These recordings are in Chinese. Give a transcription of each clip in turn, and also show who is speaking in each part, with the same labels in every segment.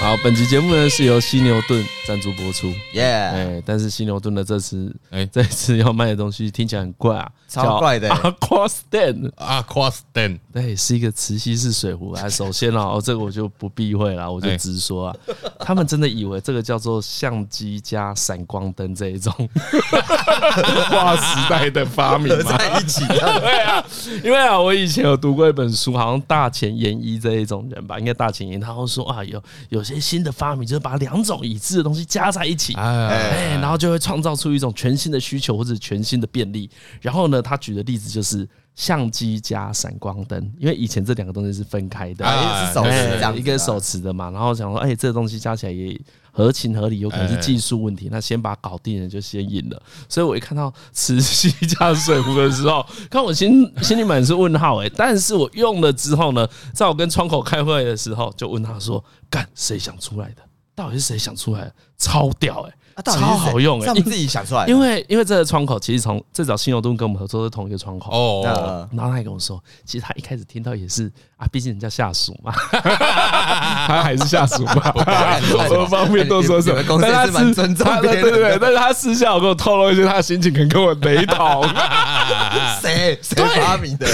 Speaker 1: 好，本集节目呢是由犀牛顿赞助播出。
Speaker 2: 耶，
Speaker 1: 哎，但是犀牛顿的这次，哎
Speaker 3: 哎，
Speaker 1: 这次要卖的东西听起来很怪啊，
Speaker 2: 超 怪的
Speaker 1: a q u a s t a n
Speaker 3: 啊，Cross Stand，
Speaker 1: 对，哎是一个磁吸式水壶。啊，首先啊哦，这个我就不避讳啦，我就
Speaker 3: 哎
Speaker 1: 直说啊，他们真的以为这个叫做相机加闪光灯这一种划时代的发明
Speaker 2: 合
Speaker 1: 吗？
Speaker 2: 在一起，这样
Speaker 1: 对啊， 因为啊，我以前有读过一本书，好像大前研一这一种人吧，应该大前研，他会说啊，有有些新的发明就是把两种已知的东西加在一起。
Speaker 3: 哎，
Speaker 1: 哎，然后就会创造出一种全新的需求或者全新的便利。然后呢，他举的例子就是相机加闪光灯，因为以前这两个东西是分开的，
Speaker 3: 啊
Speaker 2: 一只手
Speaker 1: 哎
Speaker 2: 是这样子啊，
Speaker 1: 一个手持的嘛。然后想说，哎，这个东西加起来也合情合理，有可能是技术问题，那先把它搞定了就先赢了。所以我一看到磁吸加水壶的时候，看我心心里满是问号哎、但是我用了之后呢，在哎我跟窗口开会的时候，就问他说，干谁想出来的？到底是谁想出来的？超屌哎、
Speaker 2: 啊到底是
Speaker 1: 超好用哎、
Speaker 2: 谁是他们自己想出来的，
Speaker 1: 因为因为这个窗口其实从最早新牛顿跟我们合作是同一个窗口
Speaker 3: 哦，
Speaker 2: 呃
Speaker 1: 然后他还跟我说，其实他一开始听到也是啊，毕竟人家下属 嘛，他还是下属嘛，不方便多说什么
Speaker 2: 你们。公司
Speaker 1: 但他
Speaker 2: 是蛮
Speaker 1: 私
Speaker 2: 尊重
Speaker 1: 他
Speaker 2: 别人
Speaker 1: 对对对
Speaker 2: 的，
Speaker 1: 但是他私下有跟我透露一些他的心情，可能跟我雷 同。
Speaker 2: 谁谁发明的？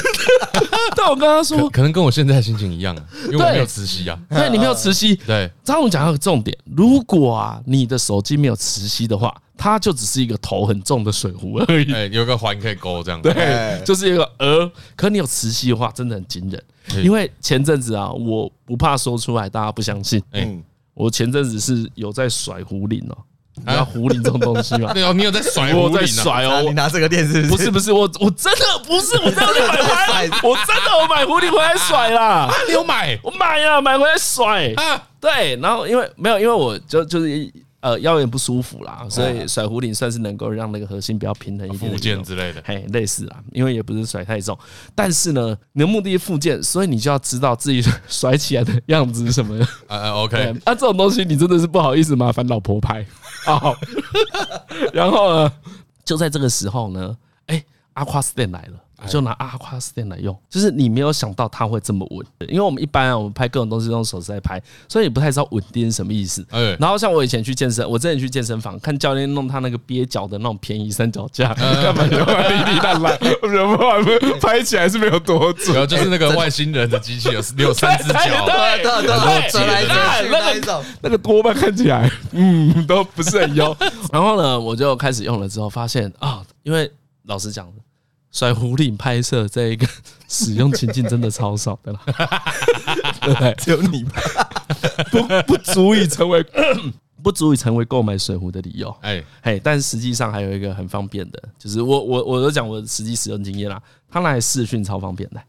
Speaker 1: 但我跟他
Speaker 3: 可
Speaker 2: 嗯
Speaker 1: 说，
Speaker 3: 可能跟我现在的心情一样，因为我
Speaker 1: 对
Speaker 3: 没有磁吸啊。
Speaker 1: 对，
Speaker 2: 嗯
Speaker 1: 你没有磁吸。
Speaker 3: 对，
Speaker 1: 张总讲到一个重点，如果啊你的手机没有磁吸的话，它就只是一个头很重的水壶而已。
Speaker 3: 哎，有个环可以勾这样。对，
Speaker 1: 对，就是一个呃，可你有磁吸的话，真的很惊人。
Speaker 3: 是
Speaker 1: 因为前阵子啊，我不怕说出来，大家不相信。
Speaker 3: 哎
Speaker 1: 嗯，我前阵子是有在甩壶铃哦，你知道壶铃这种东西吗？
Speaker 3: 对哦，你有在啊 甩
Speaker 1: 我
Speaker 3: 壶
Speaker 1: 在
Speaker 3: 铃啊？
Speaker 1: 甩
Speaker 2: 啊
Speaker 1: 哦
Speaker 2: 你，拿这个电视
Speaker 1: 不是不是，我我真的不是，我真的买回来， 我真的我买壶铃回来甩啦，
Speaker 3: 你有买
Speaker 1: 我买了买回来甩。
Speaker 3: 啊？
Speaker 1: 对，然后因为没有，因为我就就是呃腰有点不舒服啦，所以甩壶铃算是能够让那个核心比较平衡一点的
Speaker 3: 哦附
Speaker 1: 运
Speaker 3: 件
Speaker 1: 动
Speaker 3: 之类的。
Speaker 1: 嘿，类似啊，因为也不是甩太重，但是呢，你的目的是附件，所以你就要知道自己 甩起来的样子是什么样。
Speaker 3: 呃呃
Speaker 1: 对，
Speaker 3: ，OK，
Speaker 1: 那、这种东西你真的是不好意思麻烦老婆拍 哦。然后呢，就在这个时候呢，哎、阿夸 stand 来了。我就拿阿夸 stand 来用，就是你没有想到它会这么稳，因为我们一般啊，我们拍各种东西都用手持在拍，所以你不太知道稳定是什么意思。
Speaker 3: 哎
Speaker 1: 然后像我以前去健身，我之前去健身房看教练弄他那个蹩脚的那种便宜三脚 架，干嘛就把滴滴烂 烂，我觉得拍起来是没有多准
Speaker 3: 然后哎就是那个外星人的机器有有三只脚，
Speaker 2: 对对对，折来折去那一种，
Speaker 1: 那个多半看起来， 嗯，都不是很优。 然后呢，我就开始用了之后，发现啊，因为老实讲，甩狐狸拍摄这一个使用情境真的超少的啦，对不对？
Speaker 2: 只有你吧？
Speaker 1: 不不足以成为 不足以成为购买水壶的理由。
Speaker 3: 哎，
Speaker 1: 嘿，但实际上还有一个很方便的，就是我我我都讲我的实际使用经验啦，它拿来视讯超方便的。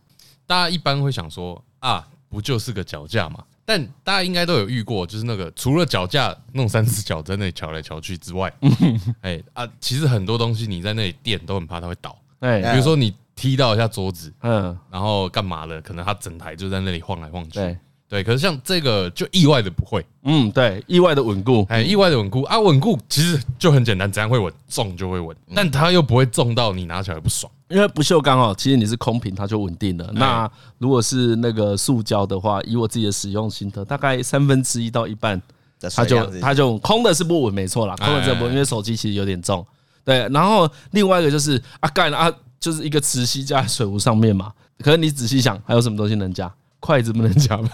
Speaker 3: 大家一般会想说啊，不就是个脚架嘛？但大家应该都有遇过，就是那个除了脚架弄三只脚在那里瞧来瞧去 之外，哎啊，其实很多东西你在那里垫都很怕它会倒，比
Speaker 1: 哎，
Speaker 3: 如说你踢到一下桌子，
Speaker 1: 嗯，
Speaker 3: 然后干嘛了？可能它整台就在那里晃来晃去。
Speaker 1: 对，
Speaker 3: 对，可是像这个就意外的不会，
Speaker 1: 嗯，对，意外的稳固。
Speaker 3: 哎，意外的稳固啊，稳固其实就很简单，怎样会稳，重就会稳，
Speaker 1: 嗯
Speaker 3: 但它又不会重到你拿起来不爽。
Speaker 1: 因为不锈钢哦，其实你是空瓶它就稳定了。
Speaker 3: 哎
Speaker 1: 那如果是那个塑胶的话，以我自己的使用心得，大概三分之一到一半，它就它就空的是不稳，没错啦，空的是不稳，
Speaker 3: 哎
Speaker 1: 因为手机其实有点重。对，然后另外一个就是啊，干啊，就是一个磁吸加在水壶上面嘛。可是你仔细想，还有什么东西能加？筷子不能加 吗？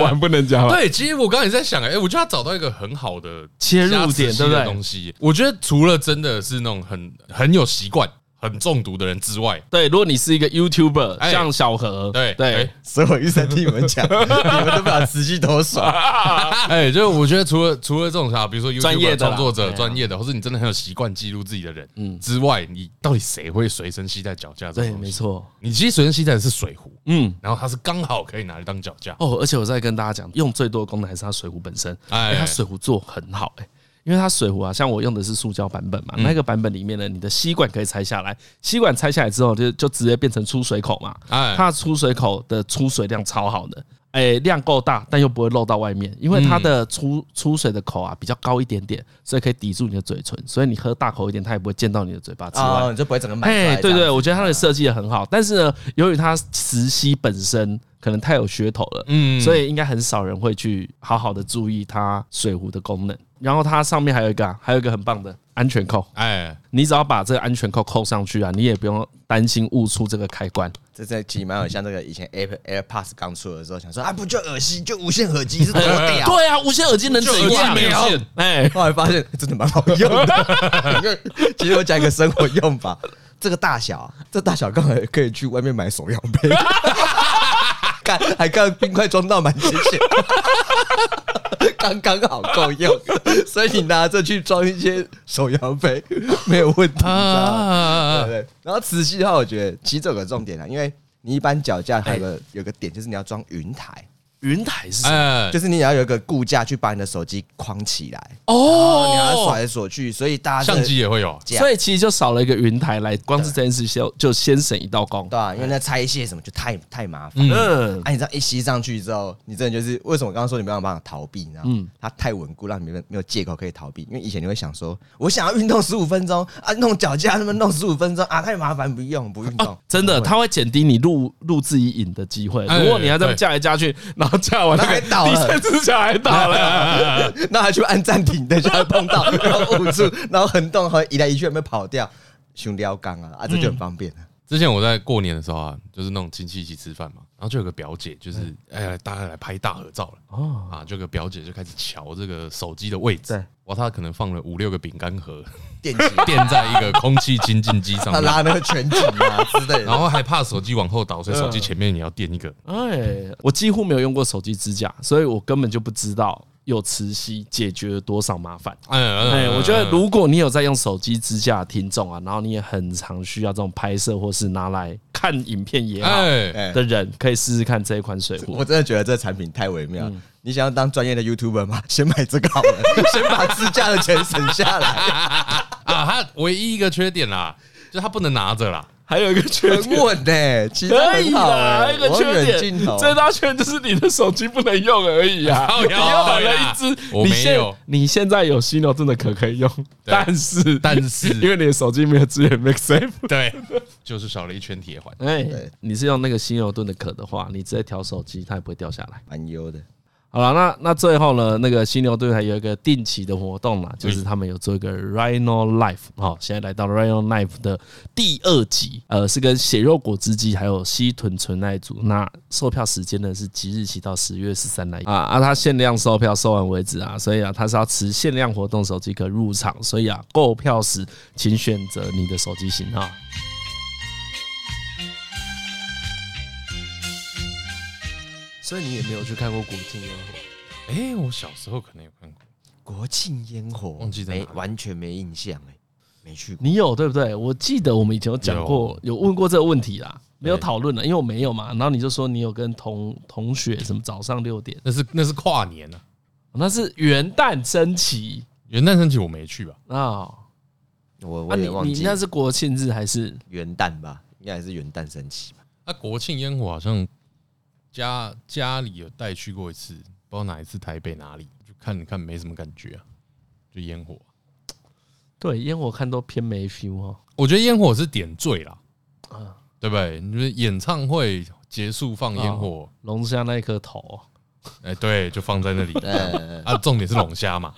Speaker 1: 碗不能加吗？
Speaker 3: 对，其实我刚才也在想，哎、我觉得他找到一个很好的
Speaker 1: 切入点
Speaker 3: 加磁吸的
Speaker 1: 对不对
Speaker 3: 东西，我觉得除了真的是那种很很有习惯、很中毒的人之外，
Speaker 1: 对，如果你是一个 YouTuber，
Speaker 3: 哎
Speaker 1: 像小何，
Speaker 3: 对
Speaker 1: 对
Speaker 3: 哎，
Speaker 2: 所以我一直在听你们讲，你们都把磁吸头甩，
Speaker 3: 哎、就我觉得除了除了这种啥，比如说 YouTube
Speaker 1: 专业的啦
Speaker 3: 创作者、
Speaker 1: 对啊嗯
Speaker 3: 专业的，或是你真的很有习惯记录自己的人，之外，你到底谁会随身携带脚架这种
Speaker 1: 对，
Speaker 3: 东西
Speaker 1: 没，错，
Speaker 3: 你其实随身携带的是水壶，
Speaker 1: 嗯。
Speaker 3: 然后它是刚好可以拿来当脚架，
Speaker 1: 哦，而且我再跟大家讲，用最多的功能还是它水壶本身，
Speaker 3: 哎
Speaker 1: 哎，它水壶做很好、哎，因为它水壶啊，像我用的是塑胶版本
Speaker 3: 嗯
Speaker 1: 嘛，那个版本里面呢，你的吸管可以拆下来，吸管拆下来之后就就直接变成出水口嘛，
Speaker 3: 哎
Speaker 1: 它的出水口的出水量超好的。哎，量够大，但又不会漏到外面，因为它
Speaker 3: 嗯
Speaker 1: 的出出水的口啊比较高一点点，所以可以抵住你的嘴唇，所以你喝大口一点，它也不会溅到你的嘴巴之外。
Speaker 2: 哦，你就不会整个满出
Speaker 1: 哎，
Speaker 2: 来。
Speaker 1: 对对，，我觉得它的设计也很好，但是呢，由于它磁吸本身可能太有噱头了，
Speaker 3: 嗯
Speaker 1: 所以应该很少人会去好好的注意它水壶的功能。然后它上面还有一个、啊，还有一个很棒的安全扣，
Speaker 3: 哎，
Speaker 1: 你只要把这个安全扣扣上去啊，你也不用担心误触这个开关。
Speaker 2: 这在其实蛮有像这个以前 Air AirPods 刚出的时候，想说啊不就耳机就无线耳机是多屌，
Speaker 1: 对啊，无线耳机能怎
Speaker 3: 就
Speaker 1: 样
Speaker 3: 耳机没有线？
Speaker 1: 哎，
Speaker 2: 后来发现真的蛮好用的。因为其实我讲一个生活用法，这个大小，啊这大小刚好可以去外面买手摇杯，看还看冰块装到满鲜鲜，刚 刚好够用。所以你拿这去装一些手摇杯没有问题，你知
Speaker 1: 嗯
Speaker 2: 道吗对
Speaker 3: 啊
Speaker 2: 不，对？然后磁吸的话，我觉得其实这有个重点啊，因为你一般脚架还有个有个点，就是你要装云台，
Speaker 1: 云台是什么
Speaker 3: 哎
Speaker 2: 就是你要有一个固架去把你的手机框起来，
Speaker 3: 哦
Speaker 2: 你要甩来甩去，所以大家
Speaker 3: 相机也会有，啊
Speaker 2: 架
Speaker 1: 所以其实就少了一个云台来，光是这件事就就先省一道工
Speaker 2: 对。啊吧、因为那拆卸什么就太太麻烦。
Speaker 1: 嗯，
Speaker 2: 哎，你知道一吸上去之后，你真的就是为什么我刚刚说你没有办法逃避，你知道吗？
Speaker 3: 嗯
Speaker 2: 它太稳固，让你没有没有借口可以逃避。因为以前你会想说，我想要运动十五分钟 啊，弄脚架那么弄十五分钟啊，太麻烦，不用不运
Speaker 3: 哦啊
Speaker 2: 动。
Speaker 1: 真的，
Speaker 2: 不会
Speaker 1: 它会减低你录录自己瘾的机会。
Speaker 3: 哎
Speaker 1: 如果你要这样
Speaker 3: 对
Speaker 1: 架来架去，然后架完那
Speaker 2: 那还
Speaker 1: 个
Speaker 2: 倒
Speaker 1: 第
Speaker 2: 了
Speaker 1: 三次架还倒了，
Speaker 2: 那还去按暂停，等一下碰到， 然后捂住，然后横动，和移来移去，有没有跑掉？熊撩缸啊，啊，这就很方便了。
Speaker 3: 之前我在过年的时候啊，就是那种亲戚一起吃饭嘛，然后就有个表姐，就是哎、呀，大家来拍大合照了、
Speaker 1: 嗯哦
Speaker 3: 啊，就有个表姐就开始瞧这个手机的位置
Speaker 2: 对，
Speaker 3: 哇，她可能放了五六个饼干盒
Speaker 2: 电击，
Speaker 3: 垫在一个空气清净机上
Speaker 2: 他
Speaker 3: 面，
Speaker 2: 拉那个全景啊之类
Speaker 3: 然
Speaker 2: 的。
Speaker 3: 后还怕手机往后倒，所以手机前面也要垫一个。
Speaker 1: 哎，我几乎没有用过手机支架，所以我根本就不知道有磁吸解决了多少麻烦。
Speaker 3: 哎、嗯
Speaker 1: 哎，我觉得
Speaker 3: 嗯
Speaker 1: 如果你有在用手机支架的听众啊，然后你也很常需要这种拍摄或是拿来看影片也好
Speaker 3: 哎、
Speaker 2: 哎
Speaker 1: 的人，可以试试看这一款水壶
Speaker 2: 我。真的觉得这产品太微妙。
Speaker 1: 嗯
Speaker 2: 你想要当专业的 YouTuber 吗？ 先买这个 好了，先把支架的钱省下来，
Speaker 3: 啊，它唯一一个缺点啦，就是它不能拿 着啦。
Speaker 1: 还有一个缺
Speaker 2: 很
Speaker 1: 点。
Speaker 2: 稳呢，欸其实
Speaker 1: 可以
Speaker 2: 很好
Speaker 1: 啦，还有
Speaker 2: 欸。
Speaker 1: 一个
Speaker 2: 我
Speaker 1: 缺
Speaker 2: 远
Speaker 1: 点，
Speaker 2: 镜头，
Speaker 1: 最大缺点就是你的手机不能用而已啊！
Speaker 3: 靠
Speaker 1: 你
Speaker 3: 腰
Speaker 1: 要买了一
Speaker 3: 啊
Speaker 1: 只，
Speaker 3: 我
Speaker 1: 你
Speaker 3: 没
Speaker 1: 现
Speaker 3: 有
Speaker 1: 你现在有犀牛真的可可以用，
Speaker 3: 对
Speaker 1: 但是
Speaker 3: 但是
Speaker 1: 因为你的手机没有支援 MaxSafe，
Speaker 3: 对，就是少了一圈铁环。
Speaker 1: 哎
Speaker 2: 对，
Speaker 1: 你是用那个犀牛盾的壳的话，你直接调手机，它也不会掉下来。
Speaker 2: 蛮优的。
Speaker 1: 好了，那那最后呢，那个犀牛队还有一个定期的活动啦，就是他们有做一个 Rhino Life 哦，现在来到了 Rhino Life 的第二集，呃，是跟血肉果汁机还有西屯纯爱组，那售票时间呢是即日起到十月十三来啊，啊，它限量售票售完为止啊，所以啊，它是要持限量活动手机可入场，所以啊，购票时请选择你的手机型号。所以你也没有去看过国庆烟火。
Speaker 3: 哎、我小时候可能有看过，
Speaker 2: 国庆烟火，
Speaker 3: 忘记在哪
Speaker 2: 没
Speaker 3: 了
Speaker 2: 完全没印象哎，没去过。
Speaker 1: 你有对不对？我记得我们以前有讲过，有问过这个问题啦，没有讨论了，因为我没有嘛。然后你就说你有跟同同学什么早上六点，
Speaker 3: 那是那是跨年啊，
Speaker 1: 那是元旦升旗
Speaker 3: 元旦升旗我没去吧？
Speaker 1: 啊。
Speaker 2: 我
Speaker 1: 啊
Speaker 2: 我
Speaker 1: 你
Speaker 2: 也忘
Speaker 1: 你
Speaker 2: 记
Speaker 1: 那是国庆日还是？
Speaker 2: 元旦吧，应该还是元旦升旗 吧。
Speaker 3: 那、啊国庆烟火好像家家里有带去过一次，不知道哪一次台北哪里，就看看没什么感觉啊，就烟火。
Speaker 1: 对，烟火看都偏没 feel 哦。
Speaker 3: 我觉得烟火是点缀啦，
Speaker 1: 啊，
Speaker 3: 对不对？你就是演唱会结束放烟火，
Speaker 1: 龙虾那一颗头，哦
Speaker 3: 哎、对，就放在那里
Speaker 2: 嗯，
Speaker 3: 啊。重点是龙虾嘛，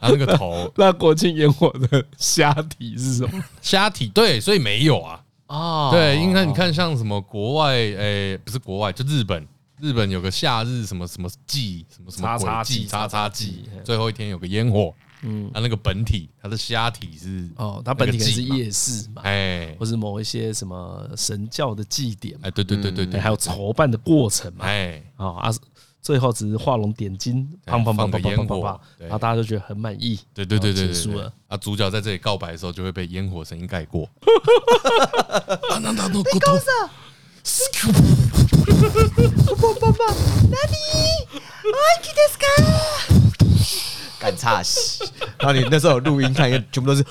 Speaker 3: 啊，那个头
Speaker 1: 那国庆烟火的虾体是什么？
Speaker 3: 虾体对，所以没有啊。
Speaker 1: 哦，
Speaker 3: 对，应该你看像什么国外，诶、不是国外，就日本，日本有个夏日什么什么季，什么什么
Speaker 1: 叉叉
Speaker 3: 鬼
Speaker 1: 季
Speaker 3: 季，叉叉季
Speaker 1: 叉叉季，
Speaker 3: 最后一天有个烟火，
Speaker 1: 嗯
Speaker 3: 嗯，它那个本体，它的虾体是，
Speaker 1: 哦，它本体可能是
Speaker 3: 那个祭嘛
Speaker 1: 夜市嘛，
Speaker 3: 哎
Speaker 1: 或是某一些什么神教的祭典嘛，
Speaker 3: 哎，对对对对对，
Speaker 1: 还有筹办的过程嘛。
Speaker 3: 哎，
Speaker 1: 哦啊，最后只是画龙点睛，
Speaker 3: 对
Speaker 1: 砰砰砰
Speaker 3: 放
Speaker 1: 砰
Speaker 3: 个
Speaker 1: 砰
Speaker 3: 烟
Speaker 1: 砰砰
Speaker 3: 火
Speaker 1: 砰，
Speaker 3: 对
Speaker 1: 然后大家就觉得很满意，
Speaker 3: 对对对对
Speaker 1: 然后
Speaker 3: 对
Speaker 1: 结束
Speaker 3: 对
Speaker 1: 了。，
Speaker 3: 啊，主角在这里告白的时候就会被烟火声音盖过。啊那那那那
Speaker 2: 干差死。 然后你那时候有录音看，全部都是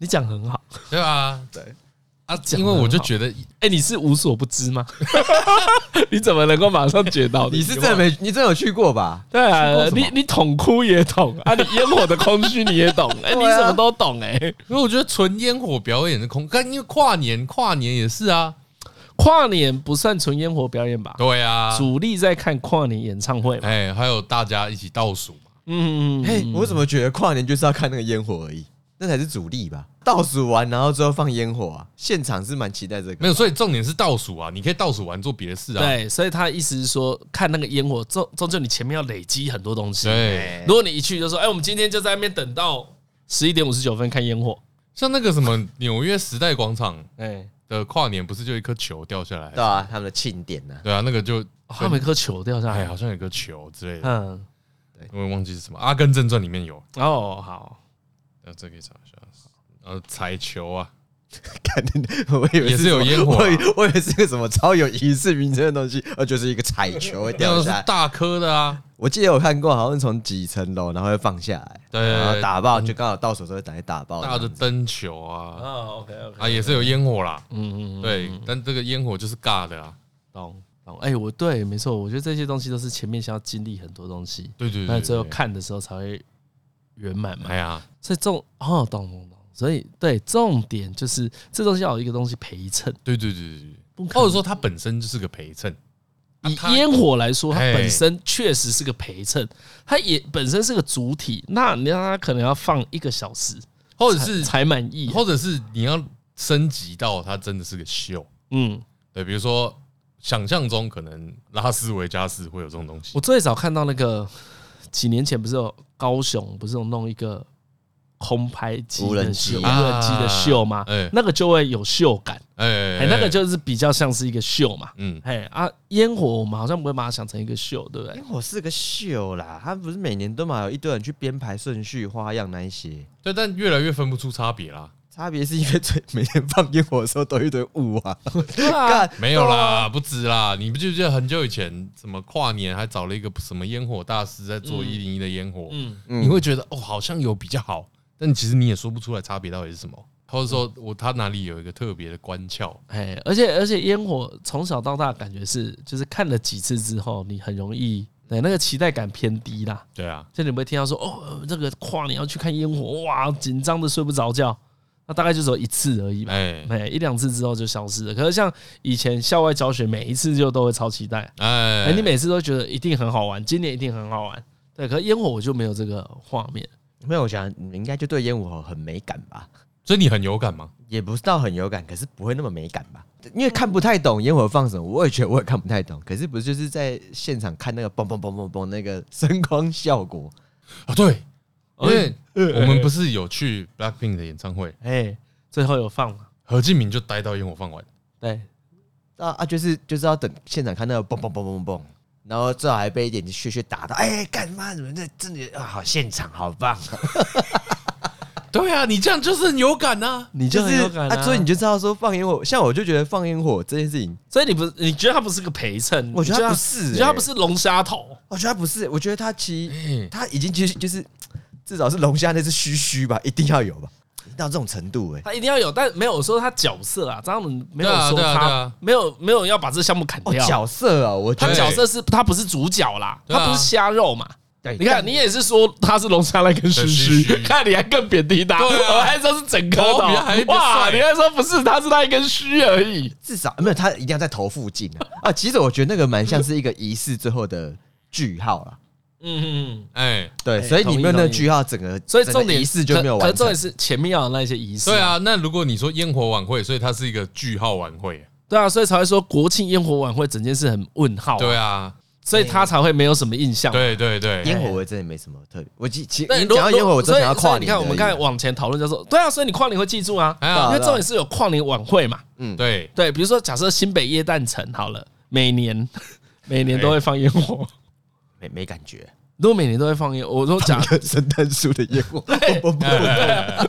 Speaker 1: 你讲很好，
Speaker 3: 对啊，
Speaker 2: 对，
Speaker 3: 啊，
Speaker 1: 讲
Speaker 3: 因
Speaker 1: 得
Speaker 3: 为
Speaker 1: 很
Speaker 3: 我就
Speaker 1: 好
Speaker 3: 觉得
Speaker 1: 哎、你是无所不知吗？ 你怎么能够马上觉到的？
Speaker 2: 你是真的没，你真的有去过吧？
Speaker 1: 对啊，
Speaker 2: 什么
Speaker 1: 你你捅哭也懂啊，你烟火的空虚你也懂， 哎、你
Speaker 2: 对啊
Speaker 1: 什么都懂哎、
Speaker 3: 因为我觉得纯烟火表演的空，但因为跨年跨年也是啊，
Speaker 1: 跨年不算纯烟火表演吧？
Speaker 3: 对啊，
Speaker 1: 主力在看跨年演唱会嘛。
Speaker 3: 哎，还有大家一起倒数嘛，
Speaker 1: 嗯，
Speaker 2: 哎、
Speaker 1: 嘿，
Speaker 2: 我怎么觉得跨年就是要看那个烟火而已，那才是主力吧？倒数完然后之后放烟火啊，现场是蛮期待这个。
Speaker 3: 没有，所以重点是倒数啊，你可以倒数完做别的事啊，
Speaker 1: 对，所以他的意思是说，看那个烟火，终终究你前面要累积很多东西。
Speaker 3: 对，
Speaker 1: 如果你一去就说，哎、我们今天就在那边等到十一点五十九分看烟火，
Speaker 3: 像那个什么纽约时代广场
Speaker 1: 哎、
Speaker 3: 的跨年，不是就一颗球掉下来
Speaker 2: 对？啊，他们的庆典呢、
Speaker 3: 对啊，那个就
Speaker 1: 哦他们一颗球掉下
Speaker 3: 哎，
Speaker 1: 来，
Speaker 3: 好像有个球之类的，
Speaker 1: 嗯，
Speaker 3: 我也忘记是什么，《阿根正传》里面有，
Speaker 1: 哦，好，
Speaker 3: 呃，这可以查一下，呃，彩球啊，
Speaker 2: 看，我以为
Speaker 3: 也是
Speaker 2: 什么
Speaker 3: 有烟火啊
Speaker 2: 我以我以为是个什么超有仪式名称的东西，呃，就是一个彩球会
Speaker 3: 那
Speaker 2: 掉
Speaker 3: 个
Speaker 2: 下
Speaker 3: 是
Speaker 2: 来。
Speaker 3: 大颗的啊，
Speaker 2: 我记得我看过，好像从几层楼，然后会放下来，
Speaker 3: 对
Speaker 2: 然后打爆，就刚好到手时候打来打爆。
Speaker 3: 大的灯球啊，
Speaker 1: 哦，OK OK，
Speaker 3: 啊，也是有烟火啦，
Speaker 1: 嗯嗯，嗯，
Speaker 3: 对，但这个烟火就是尬的啊，
Speaker 1: 懂懂。哎、我对，没错，我觉得这些东西都是前面先要经历很多东西，
Speaker 3: 对对对，
Speaker 1: 那最后
Speaker 3: 对，
Speaker 1: 看的时候才会圆满嘛
Speaker 3: 哎。呀，
Speaker 1: 所以重哦，懂懂懂。所以对，重点就是这东西要有一个东西陪衬，
Speaker 3: 对对对对
Speaker 1: 不
Speaker 3: 对，
Speaker 1: 可
Speaker 3: 或
Speaker 1: 能。
Speaker 3: 者说它本身就是个陪衬，啊
Speaker 1: 以
Speaker 3: 它
Speaker 1: 烟火来说，啊它
Speaker 3: 哎
Speaker 1: 本身确实是个陪衬，它也本身是个主体。那你让它可能要放一个小时，
Speaker 3: 或者是
Speaker 1: 才满意。啊
Speaker 3: 或者是你要升级到它真的是个秀，
Speaker 1: 嗯，
Speaker 3: 对，比如说想象中可能拉斯维加斯会有这种东西
Speaker 1: 我，最早看到那个几年前不是有高雄不是有弄一个空拍机
Speaker 2: 无
Speaker 1: 的
Speaker 2: 人
Speaker 1: 秀，
Speaker 2: 机
Speaker 1: 无人机的秀吗
Speaker 3: 啊？哎
Speaker 1: 那个就会有秀感，
Speaker 3: 哎
Speaker 1: 哎，那个就是比较像是一个秀嘛。
Speaker 3: 嗯，
Speaker 1: 哎啊，烟火我们好像不会把它想成一个秀，对不对
Speaker 2: 烟？火是个秀啦，他不是每年都嘛有一堆人去编排顺序、花样那一些。
Speaker 3: 对，但越来越分不出差别啦，
Speaker 2: 差别是因为最 每天放烟火的时候都一堆雾啊，
Speaker 1: 对啊，
Speaker 2: 干
Speaker 3: 没有啦，不止啦，你不记不记得很久以前什么跨年还找了一个什么烟火大师在做一零一的烟火，
Speaker 1: 嗯，
Speaker 2: 嗯
Speaker 3: 你会觉得哦好像有比较好，但其实你也说不出来差别到底是什么，或者说我他哪里有一个特别的关窍。
Speaker 1: 哎，而且而且烟火从小到大感觉是，就是看了几次之后，你很容易对那个期待感偏低啦。
Speaker 3: 对啊，
Speaker 1: 就你不会听到说哦，呃这个跨年要去看烟火，哇，紧张的睡不着觉。那大概就只有一次而已吧，
Speaker 3: 哎
Speaker 1: 哎，一两次之后就消失了。可是像以前校外教学，每一次就都会超期待，哎，
Speaker 3: 哎，
Speaker 1: 你每次都觉得一定很好玩，今年一定很好玩。对，可是烟火我就没有这个画面。
Speaker 2: 没有，我想你应该就对烟火很美感吧，
Speaker 3: 所以你很有感吗？
Speaker 2: 也不是到很有感，可是不会那么美感吧，因为看不太懂烟火放什么，我也觉得我也看不太懂，可是不是就是在现场看那个嘣嘣嘣嘣嘣那个声光效果，
Speaker 3: 啊，对，因
Speaker 2: 哦
Speaker 3: 为
Speaker 1: 哎
Speaker 3: 我们不是有去 Blackpink 的演唱会，
Speaker 1: 哎，最后有放嘛？
Speaker 3: 何敬明就待到烟火放完，
Speaker 1: 对，
Speaker 2: 啊啊，就是就是要等现场看那个嘣嘣嘣嘣嘣，然后最好还被一点血血打到，哎、干嘛怎么在这里啊？好现场，好棒啊、
Speaker 3: 对啊，你这样就是很有感呐、啊。
Speaker 1: 你
Speaker 2: 就
Speaker 1: 很
Speaker 2: 是
Speaker 1: 有感啊
Speaker 2: 所以你就知道说放烟火，像我就觉得放烟火这件事情，
Speaker 1: 所以你不是你觉得它不是个陪衬？
Speaker 2: 我觉得它
Speaker 1: 你
Speaker 2: 不是
Speaker 1: 你觉得它
Speaker 2: 欸
Speaker 1: 不是龙虾头？
Speaker 2: 我觉得他不是，我觉得他其
Speaker 3: 哎
Speaker 2: 实他已经其实就是至少是龙虾那只须须吧，一定要有吧，已经到这种程度哎、
Speaker 1: 它一定要有，但没有说它角色啊，张伦没有
Speaker 3: 对啊
Speaker 1: 说
Speaker 3: 对啊对
Speaker 1: 他
Speaker 3: 啊
Speaker 1: 没有没有要把这项目砍
Speaker 2: 哦，
Speaker 1: 掉。
Speaker 2: 角色啊，我觉
Speaker 1: 他
Speaker 2: 得
Speaker 3: 对
Speaker 1: 角色是他不是主角啦，
Speaker 3: 对啊
Speaker 1: 他不是虾肉嘛。
Speaker 2: 对啊
Speaker 1: 你看，
Speaker 2: 但
Speaker 1: 你也是说他是龙虾那根须
Speaker 3: 须
Speaker 1: 须
Speaker 3: 须，
Speaker 1: 看你还更贬低他，
Speaker 3: 对啊
Speaker 1: 我还说是整颗的
Speaker 3: 头比还
Speaker 1: 哦，
Speaker 3: 比较
Speaker 1: 哇！
Speaker 3: 帅
Speaker 1: 你还说不是，他是那一根须而已。
Speaker 2: 至少没有他一定要在头附近 啊啊。其实我觉得那个蛮像是一个仪式最后的句号啦。
Speaker 1: 嗯，
Speaker 3: 哎，
Speaker 2: 对，
Speaker 1: 哎
Speaker 2: 所以你没有那个
Speaker 1: 同意
Speaker 2: 句号，整个
Speaker 1: 所以
Speaker 2: 整个
Speaker 1: 重点
Speaker 2: 仪式就没有
Speaker 1: 可可
Speaker 2: 完
Speaker 1: 重
Speaker 2: 成
Speaker 1: 点。是前面要有那些仪式，
Speaker 3: 对，啊，那如果你说烟火晚会，所以它是一个句号晚会，
Speaker 1: 对啊，所以才会说国庆烟火晚会整件事很问号，
Speaker 3: 对，啊，
Speaker 1: 所以他才会没有什么印象。
Speaker 3: 对对对，
Speaker 2: 烟火我真的没什么特别，我其其
Speaker 1: 对，
Speaker 2: 你讲到烟火，我真
Speaker 1: 所
Speaker 2: 的
Speaker 1: 以
Speaker 2: 想要
Speaker 1: 所
Speaker 2: 跨
Speaker 1: 以
Speaker 2: 年
Speaker 1: 你看，
Speaker 2: 而已。
Speaker 1: 我们刚才往前讨论就说，对啊，所以你跨年会记住啊，
Speaker 3: 哎呀
Speaker 1: 因为重点是有跨年晚会嘛。
Speaker 3: 对，
Speaker 1: 对，比如说假设新北耶诞城好了，每年 每年都会放烟火，
Speaker 2: 哎没没感觉，
Speaker 1: 如果每年都会放烟，我说假
Speaker 2: 讲个 圣诞树的烟火， 我不，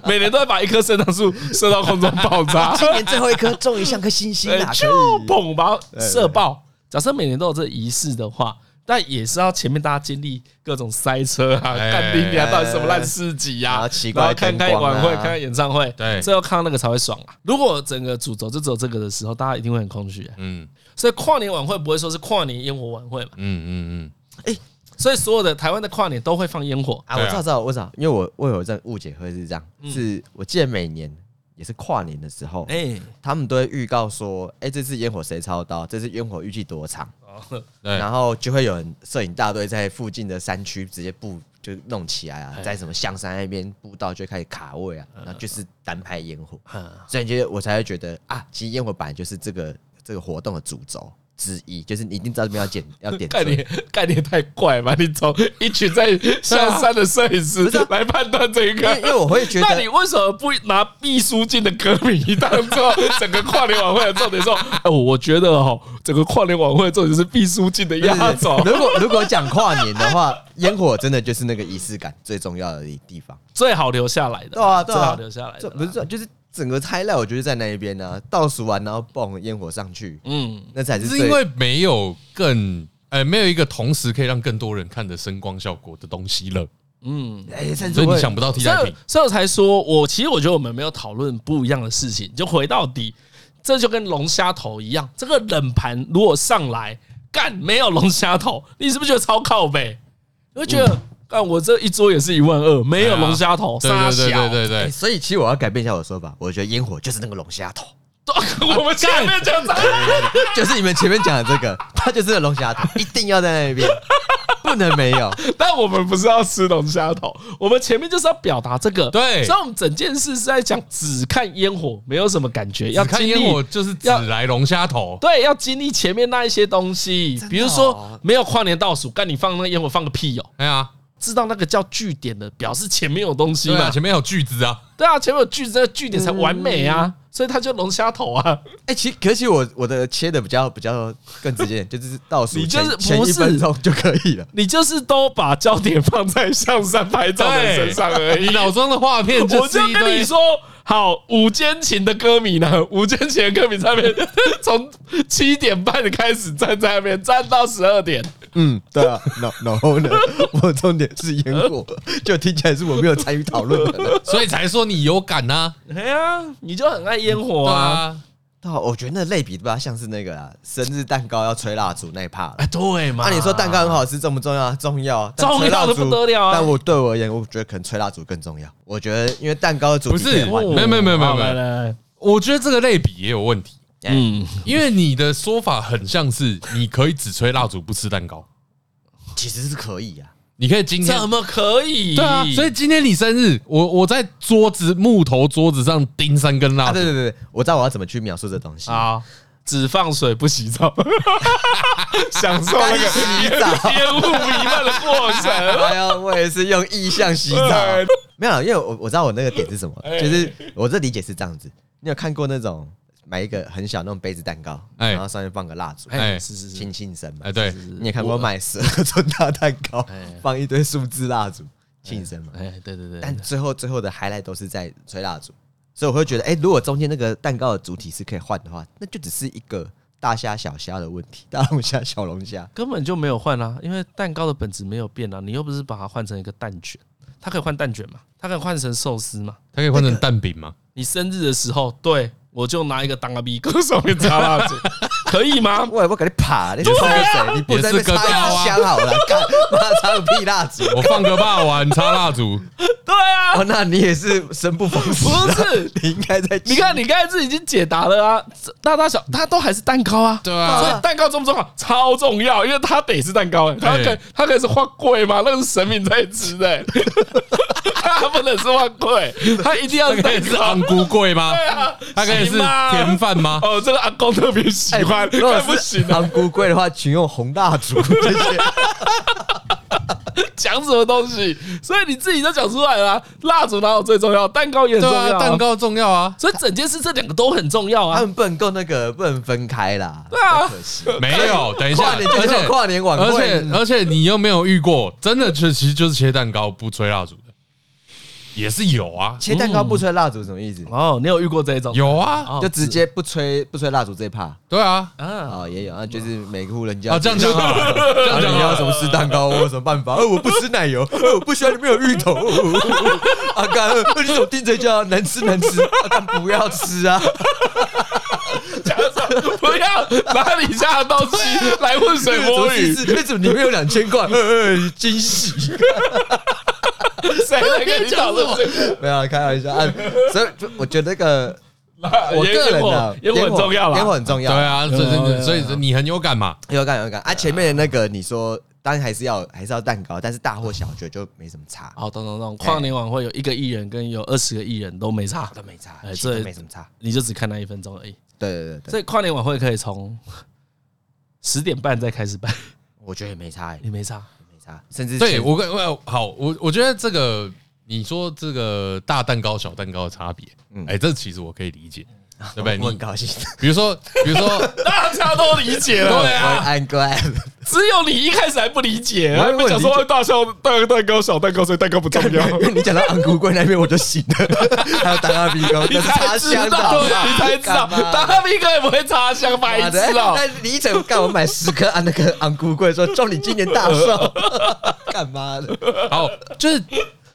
Speaker 1: 每年都会把一棵圣诞树射到空中爆炸
Speaker 2: 今年最后一颗终于像颗星星
Speaker 1: 对
Speaker 2: 啦，可
Speaker 1: 就
Speaker 2: 以。哎
Speaker 1: 砰把它射爆。假设每年都有这仪式的话，但也是要前面大家经历各种塞车啊、
Speaker 3: 哎
Speaker 1: 干冰啊，到底什么烂市集
Speaker 2: 哎然
Speaker 1: 呀、
Speaker 2: 后奇怪
Speaker 1: 然后看
Speaker 2: 灯
Speaker 1: 开
Speaker 2: 光啊
Speaker 1: 晚会、看看演唱会，
Speaker 3: 对
Speaker 1: 最后看到那个才会爽啊。如果整个主轴就只有这个的时候，大家一定会很空虚、欸。
Speaker 3: 嗯
Speaker 1: 所以跨年晚会不会说是跨年烟火晚会嘛？
Speaker 3: 嗯嗯
Speaker 1: 所以所有的台湾的跨年都会放烟火，
Speaker 2: 啊，
Speaker 3: 对
Speaker 2: 我
Speaker 3: 啊
Speaker 2: 知道，知道，我知道，因为我我有这样误解会是这样，是我记得每年也是跨年的时候，
Speaker 1: 哎、
Speaker 2: 他们都会预告说，哎、这次烟火谁操刀，这次烟火预计多长，
Speaker 1: 哦，
Speaker 3: 嗯，
Speaker 2: 然后就会有人摄影大队在附近的山区直接布就弄起来啊，在什么象山那边步道就开始卡位啊，然后就是单拍烟火，
Speaker 1: 啊
Speaker 2: 所以你觉得我才会觉得啊，其实烟火本来就是这个这个活动的主轴之一，就是你一定知道这边要点要 点
Speaker 1: 概
Speaker 2: 缀
Speaker 1: 念概念太怪吧？你从一群在象山的摄影师来判断这
Speaker 2: 啊因为因
Speaker 1: 个。
Speaker 2: 为我会觉
Speaker 1: 那你
Speaker 2: 得，
Speaker 1: 为什么不拿毕书尽的歌迷当做整个跨年晚会的重 点？说，哎，我觉得哦，整个跨年晚会的重点是毕书尽的
Speaker 2: 不是
Speaker 1: 压轴。
Speaker 2: 如果如果讲跨年的话，烟火真的就是那个仪式感最重要的地方。
Speaker 1: 最好留下来的，
Speaker 2: 对啊，对
Speaker 1: 最
Speaker 2: 啊，
Speaker 1: 好留下来的
Speaker 2: 这
Speaker 1: 啦，
Speaker 2: 不是这就是整个 h i g 我觉得在那一边呢、倒数完然后蹦烟火上去，
Speaker 1: 嗯，
Speaker 2: 那才是
Speaker 3: 是
Speaker 2: 最
Speaker 3: 因为没有更呃没有一个同时可以让更多人看的声光效果的东西了，
Speaker 1: 嗯。
Speaker 2: 哎，甚至
Speaker 3: 所以
Speaker 2: 会
Speaker 3: 你想不到替
Speaker 1: 所
Speaker 3: 代
Speaker 1: 以
Speaker 3: 品，。
Speaker 1: 所以我才说，我其实我觉得我们没有讨论不一样的事情，就回到底，这就跟龙虾头一样，这个冷盘如果上来干没有龙虾头，你是不是觉得超靠北？你会觉得干我这一桌也是一万二，没有龙虾头，
Speaker 3: 嗯对啊
Speaker 1: 沙
Speaker 3: 对对
Speaker 1: 小
Speaker 3: 对，对
Speaker 2: 哎
Speaker 3: 对，
Speaker 2: 所以其实我要改变一下我的说法，我觉得烟火就是那个龙虾头，
Speaker 1: 我们前面讲啥？
Speaker 2: 就是你们前面讲的这个，它就是那个龙虾头，一定要在那边，不能没有。
Speaker 1: 但我们不是要吃龙虾头，我们前面就是要表达这个。
Speaker 3: 对
Speaker 1: 所以我们整件事是在讲只看烟火，没有什么感觉，要
Speaker 3: 只看
Speaker 1: 经
Speaker 3: 烟
Speaker 1: 历
Speaker 3: 火就是只来龙虾头，
Speaker 1: 对，要经历前面那一些东西，比如说没有跨年倒数，干你放那个烟火放个屁哦，
Speaker 3: 哎呀，
Speaker 1: 知道那个叫据点的，表示前面有东西
Speaker 3: 对啊，
Speaker 1: 嘛？
Speaker 3: 前面有句子啊，
Speaker 1: 对啊，前面有据，这个据点才完美啊，所以他就龙虾头啊。
Speaker 2: 哎、其可惜我我的切的比较比较更直接，就是倒数
Speaker 1: 你就
Speaker 2: 前
Speaker 1: 是
Speaker 2: 前
Speaker 1: 不
Speaker 2: 一
Speaker 1: 是
Speaker 2: 分钟就可以了。
Speaker 1: 你就是都把焦点放在上山拍照的人身上而已
Speaker 3: 你。脑中的画片
Speaker 1: 我
Speaker 3: 是
Speaker 1: 就
Speaker 3: 一
Speaker 1: 跟
Speaker 3: 堆
Speaker 1: 你说，好，午间琴的歌迷呢？午间琴的歌迷在那边 从七点半开始站在那边，站到十二点。
Speaker 2: 嗯，对啊，然然后呢， 我重点是烟火，就听起来是我没有参与讨论的人。
Speaker 3: 所以才说你有感呐、
Speaker 1: 哎呀，你就很爱烟火
Speaker 3: 对
Speaker 1: 啊。
Speaker 3: 啊，
Speaker 2: 对啊，我觉得那类比吧，像是那个啦，生日蛋糕要吹蜡烛那一趴啦。
Speaker 1: 哎，对嘛？
Speaker 2: 那、你说蛋糕很好吃重不重要？啊重要，但
Speaker 1: 重要得
Speaker 2: 吹蜡烛
Speaker 1: 不得了啊
Speaker 2: 但我对我而言，我觉得可能吹蜡烛更重要。我觉得因为蛋糕的主题
Speaker 3: 不是
Speaker 2: 可以换
Speaker 3: 没有没有没有没有
Speaker 1: 哦好来来来
Speaker 3: 我觉得这个类比也有问题，
Speaker 1: 嗯，
Speaker 3: 因为你的说法很像是你可以只吹蜡烛不吃蛋糕，
Speaker 2: 其实是可以啊。
Speaker 3: 你可以今天
Speaker 1: 怎么可以？
Speaker 3: 对啊，所以今天你生日，我我在桌子木头桌子上钉三根蜡
Speaker 2: 啊，
Speaker 3: 烛
Speaker 2: 对，对对，对我知道我要怎么去描述这东西。
Speaker 1: 啊，只放水不洗 澡，享受那个
Speaker 2: 洗澡
Speaker 1: 烟雾弥漫的过程。
Speaker 2: 哎呀，我也是用意象洗 澡，没有，因为我我知道我那个点是什么，
Speaker 1: 哎
Speaker 2: 就是我这理解是这样子。你有看过那种买一个很小那种杯子蛋糕，
Speaker 3: 哎
Speaker 2: 然后上面放个蜡烛，
Speaker 3: 哎
Speaker 1: 是是是
Speaker 2: 轻，轻声嘛
Speaker 3: 哎，，对，
Speaker 2: 你也看过买十二寸大蛋糕
Speaker 1: 哎，
Speaker 2: 放一堆数字蜡烛，庆生嘛。
Speaker 1: 哎，对对对，
Speaker 2: 但最后最后的 highlight 都是在吹蜡烛，所以我会觉得，哎，如果中间那个蛋糕的主体是可以换的话，那就只是一个大虾小虾的问题，大龙虾小龙虾。
Speaker 1: 根本就没有换啊，因为蛋糕的本质没有变啊，你又不是把它换成一个蛋卷，它可以换蛋卷嘛，它可以换成寿司嘛。
Speaker 3: 它可以换成蛋饼吗？
Speaker 1: 你生日的时候，对我就拿一个当个逼搁上面插蜡 烛，可以吗？
Speaker 2: 我也不给你爬，你是冲谁？你不能在那边插一支香好了，干妈插个屁蜡烛！
Speaker 3: 我放个霸王插蜡烛，
Speaker 1: 对啊，
Speaker 2: 哦，那你也是生不逢时啊，
Speaker 1: 不是
Speaker 2: 你应该在
Speaker 1: 你看，你刚才自己已经解答了啊，这大大小它都还是蛋糕啊。
Speaker 3: 对啊
Speaker 1: 所以蛋糕重不重要？超重要，因为它得是蛋糕、欸，它可
Speaker 3: 对
Speaker 1: 它可以是花桂吗？那个是神明在吃的、欸， 它不能是花桂，它一定要
Speaker 3: 它
Speaker 1: 是
Speaker 3: 可
Speaker 1: 蛋
Speaker 3: 以是
Speaker 1: 糕
Speaker 3: 昂。菇桂吗？
Speaker 1: 对啊，
Speaker 3: 它可以是
Speaker 1: 行吗
Speaker 3: 甜饭吗？
Speaker 1: 哦，这个阿公特别喜
Speaker 2: 哎
Speaker 1: 欢，
Speaker 2: 如果
Speaker 1: 看不
Speaker 2: 是
Speaker 1: 行啊，
Speaker 2: 昂咕龟的话，请用红蜡烛这 些。
Speaker 1: 讲什么东西？所以你自己都讲出来了啊、蜡烛哪有最重要？蛋糕也 很
Speaker 3: 对
Speaker 1: 重要、
Speaker 3: 啊，蛋。糕重要啊，
Speaker 1: 所以整件事这两个都很重要
Speaker 2: 他
Speaker 1: 啊。
Speaker 2: 们不能够那个，不能分开啦，
Speaker 1: 对啊
Speaker 2: 可惜。
Speaker 3: 没有，等一下，
Speaker 2: 跨年就
Speaker 3: 而
Speaker 2: 是有
Speaker 3: 且
Speaker 2: 跨年晚
Speaker 3: 而
Speaker 2: 会嗯
Speaker 3: 且，而且你又没有遇过，真的就其实就是切蛋糕不吹蜡烛的，也是 有啊，
Speaker 2: 切蛋糕不吹蜡烛什么意思？
Speaker 1: 哦，你有遇过这一种？
Speaker 3: 有啊，
Speaker 1: 哦，
Speaker 2: 就直接不吹不吹蜡烛这一趴
Speaker 3: 对啊，
Speaker 1: 啊，
Speaker 2: 啊，也有啊，就是每个户人家
Speaker 3: 啊这样讲好了，这
Speaker 2: 啊
Speaker 3: 样
Speaker 2: 你
Speaker 3: 讲
Speaker 2: 们
Speaker 3: 好
Speaker 2: 要
Speaker 3: 了
Speaker 2: 什么吃蛋糕，我有什么办 法？呃，我不吃奶油，呃，我不喜欢里面有芋头。 呃呃呃呃啊，干，呃你怎么盯着叫难吃难吃？啊，干不要吃啊！
Speaker 1: 讲什么不要拿你家的东西来混水 摸鱼，
Speaker 2: 怎么试试为什么里面有两千块？呃呃，惊喜！
Speaker 1: 谁来跟 你讲的？
Speaker 2: 没有啊，开玩笑啊。所以就我觉得那 个，我个人的
Speaker 1: 烟火很重要
Speaker 2: 烟火
Speaker 1: 啦。
Speaker 2: 很重
Speaker 3: 对
Speaker 2: 要。
Speaker 3: 啊，所
Speaker 1: 对啊对啊
Speaker 3: 以所以所以你很有感嘛，
Speaker 2: 有感有感啊！前面的那个你说，当然还是要还是要蛋糕，但是大或小，我觉得就没什么差，
Speaker 1: 好，懂懂懂。跨年晚会有一个艺人跟有二十个艺人都没差，
Speaker 2: 都没差，
Speaker 1: 哎
Speaker 2: 其实
Speaker 1: 这
Speaker 2: 都没什么差。
Speaker 1: 你就只看那一分钟而已。
Speaker 2: 对对对对，
Speaker 1: 所以跨年晚会可以从十点半再开始 办，
Speaker 2: 我觉得也没差，也
Speaker 1: 你没差。
Speaker 2: 没差，甚至
Speaker 3: 对
Speaker 2: 前
Speaker 3: 我跟我好，我我觉得这个你说这个大蛋糕小蛋糕的差别，哎，这其实我可以理解，对不对？
Speaker 2: 嗯 我很
Speaker 3: 你
Speaker 2: 高兴，
Speaker 3: 比如说，比如说，
Speaker 1: 大家都理解
Speaker 3: 了对
Speaker 2: 我
Speaker 3: 啊
Speaker 2: 安乖，
Speaker 1: 只有你一开始还不理解啊
Speaker 2: 我还没有理解
Speaker 1: 大笑大蛋糕小蛋糕，所以蛋糕不重
Speaker 2: 因为你讲到昂古贵那边我就醒了，还有当阿鼻 哥，
Speaker 1: 你
Speaker 2: 那是
Speaker 1: 才
Speaker 2: 插
Speaker 1: 知
Speaker 2: 香的
Speaker 1: 道，啊
Speaker 2: 好不好
Speaker 1: 你才知道，
Speaker 2: 干嘛
Speaker 1: 大兵哥也不会插香，白
Speaker 2: 妈
Speaker 1: 痴
Speaker 2: 的
Speaker 1: 哦、
Speaker 2: 哎 那李晨干我买十颗啊安那个昂古贵，说祝你今年大寿， 干嘛的？
Speaker 3: 好，就是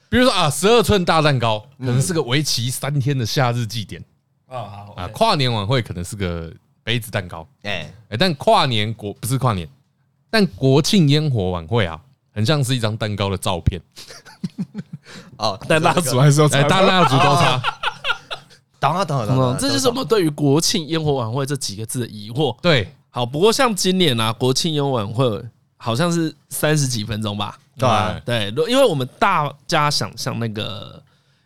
Speaker 3: 比如说啊，十二寸大蛋糕
Speaker 2: 嗯
Speaker 3: 可能是个为期三天的夏日祭典
Speaker 1: 啊，
Speaker 3: 啊，跨年晚会可能是个杯子蛋糕，
Speaker 2: 哎，
Speaker 3: 哎，但跨年国不是跨年，但国庆烟火晚会啊，很像是一张蛋糕的照片，
Speaker 2: 哦，
Speaker 1: 但蜡烛还是要
Speaker 3: 哎，大蜡烛都差，
Speaker 1: 啊
Speaker 2: 懂了懂了啊懂了，
Speaker 1: 这就是我啊们对于国庆烟火晚会这几个字的疑惑。
Speaker 3: 对，
Speaker 1: 好，不过像今年啊，国庆烟火晚会好像是三十几分钟吧？
Speaker 2: 对啊
Speaker 3: 哎
Speaker 1: 对，如因为我们大家想象那个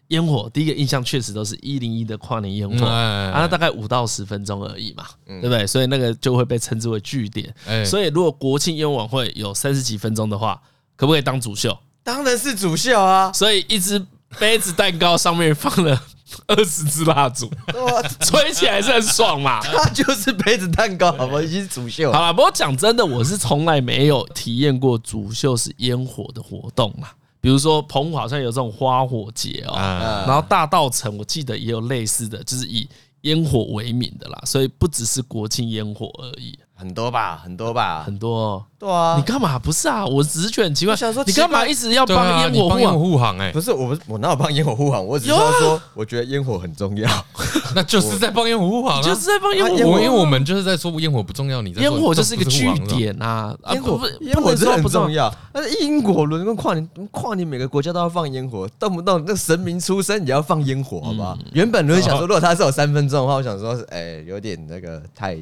Speaker 1: 烟火，第一个印象确实都是一零一的跨年烟火。
Speaker 3: 哎
Speaker 1: 啊，那大概五到十分钟而已嘛，对不对？所以那个就会被称之为据点。
Speaker 3: 哎
Speaker 1: 所以如果国庆烟火晚会有三十几分钟的话，可不可以当主秀？
Speaker 2: 当然是主秀啊，
Speaker 1: 所以一只杯子蛋糕上面放了二十支蜡烛，
Speaker 2: 哇
Speaker 1: 吹起来是很爽嘛。
Speaker 2: 他就是杯子蛋糕，好吗？已经是主秀
Speaker 1: 好，了，不过讲真的，我是从来没有体验过主秀是烟火的活动啦。比如说澎湖好像有这种花火节哦、
Speaker 3: 啊，
Speaker 2: 嗯
Speaker 1: 然后大道城我记得也有类似的，就是以烟火为名的啦，所以不只是国庆烟火而已，
Speaker 2: 很多吧，很多吧，
Speaker 1: 很多哦、
Speaker 2: 对啊，
Speaker 1: 你干嘛？不是啊，我只是觉得很奇怪，
Speaker 2: 我想说
Speaker 1: 你
Speaker 2: 奇怪
Speaker 1: 干嘛一直要
Speaker 3: 对啊，
Speaker 1: 帮烟
Speaker 3: 你
Speaker 1: 火
Speaker 3: 帮
Speaker 1: 护
Speaker 3: 烟火
Speaker 1: 航？
Speaker 3: 护航，哎
Speaker 2: 不，是，我不是我哪有帮烟火护航？我只是
Speaker 1: 啊
Speaker 2: 要说，我觉得烟火很重 要。
Speaker 3: 那就是在帮烟火护航啊，
Speaker 1: 就是在帮烟火
Speaker 2: 啊
Speaker 1: 护
Speaker 2: 烟
Speaker 1: 航
Speaker 3: 我
Speaker 1: 啊，
Speaker 3: 因为我们就是在说烟火不重要，你在
Speaker 1: 烟
Speaker 3: 说
Speaker 1: 火就是一个
Speaker 3: 这不
Speaker 1: 据
Speaker 3: 是护航是吧
Speaker 1: 点啊，啊
Speaker 2: 烟火
Speaker 1: 不不
Speaker 2: 烟火
Speaker 1: 不能
Speaker 2: 真的
Speaker 1: 说
Speaker 2: 很
Speaker 1: 不重
Speaker 2: 重
Speaker 1: 要。嗯
Speaker 2: 要。但是英国伦敦跨年跨年，每个国家都要放烟火，动不动那神明出生也要放烟火，好不
Speaker 1: 嗯
Speaker 2: 好？原本伦想说，如果他是有三分钟的话，我想说，哎，有点那个太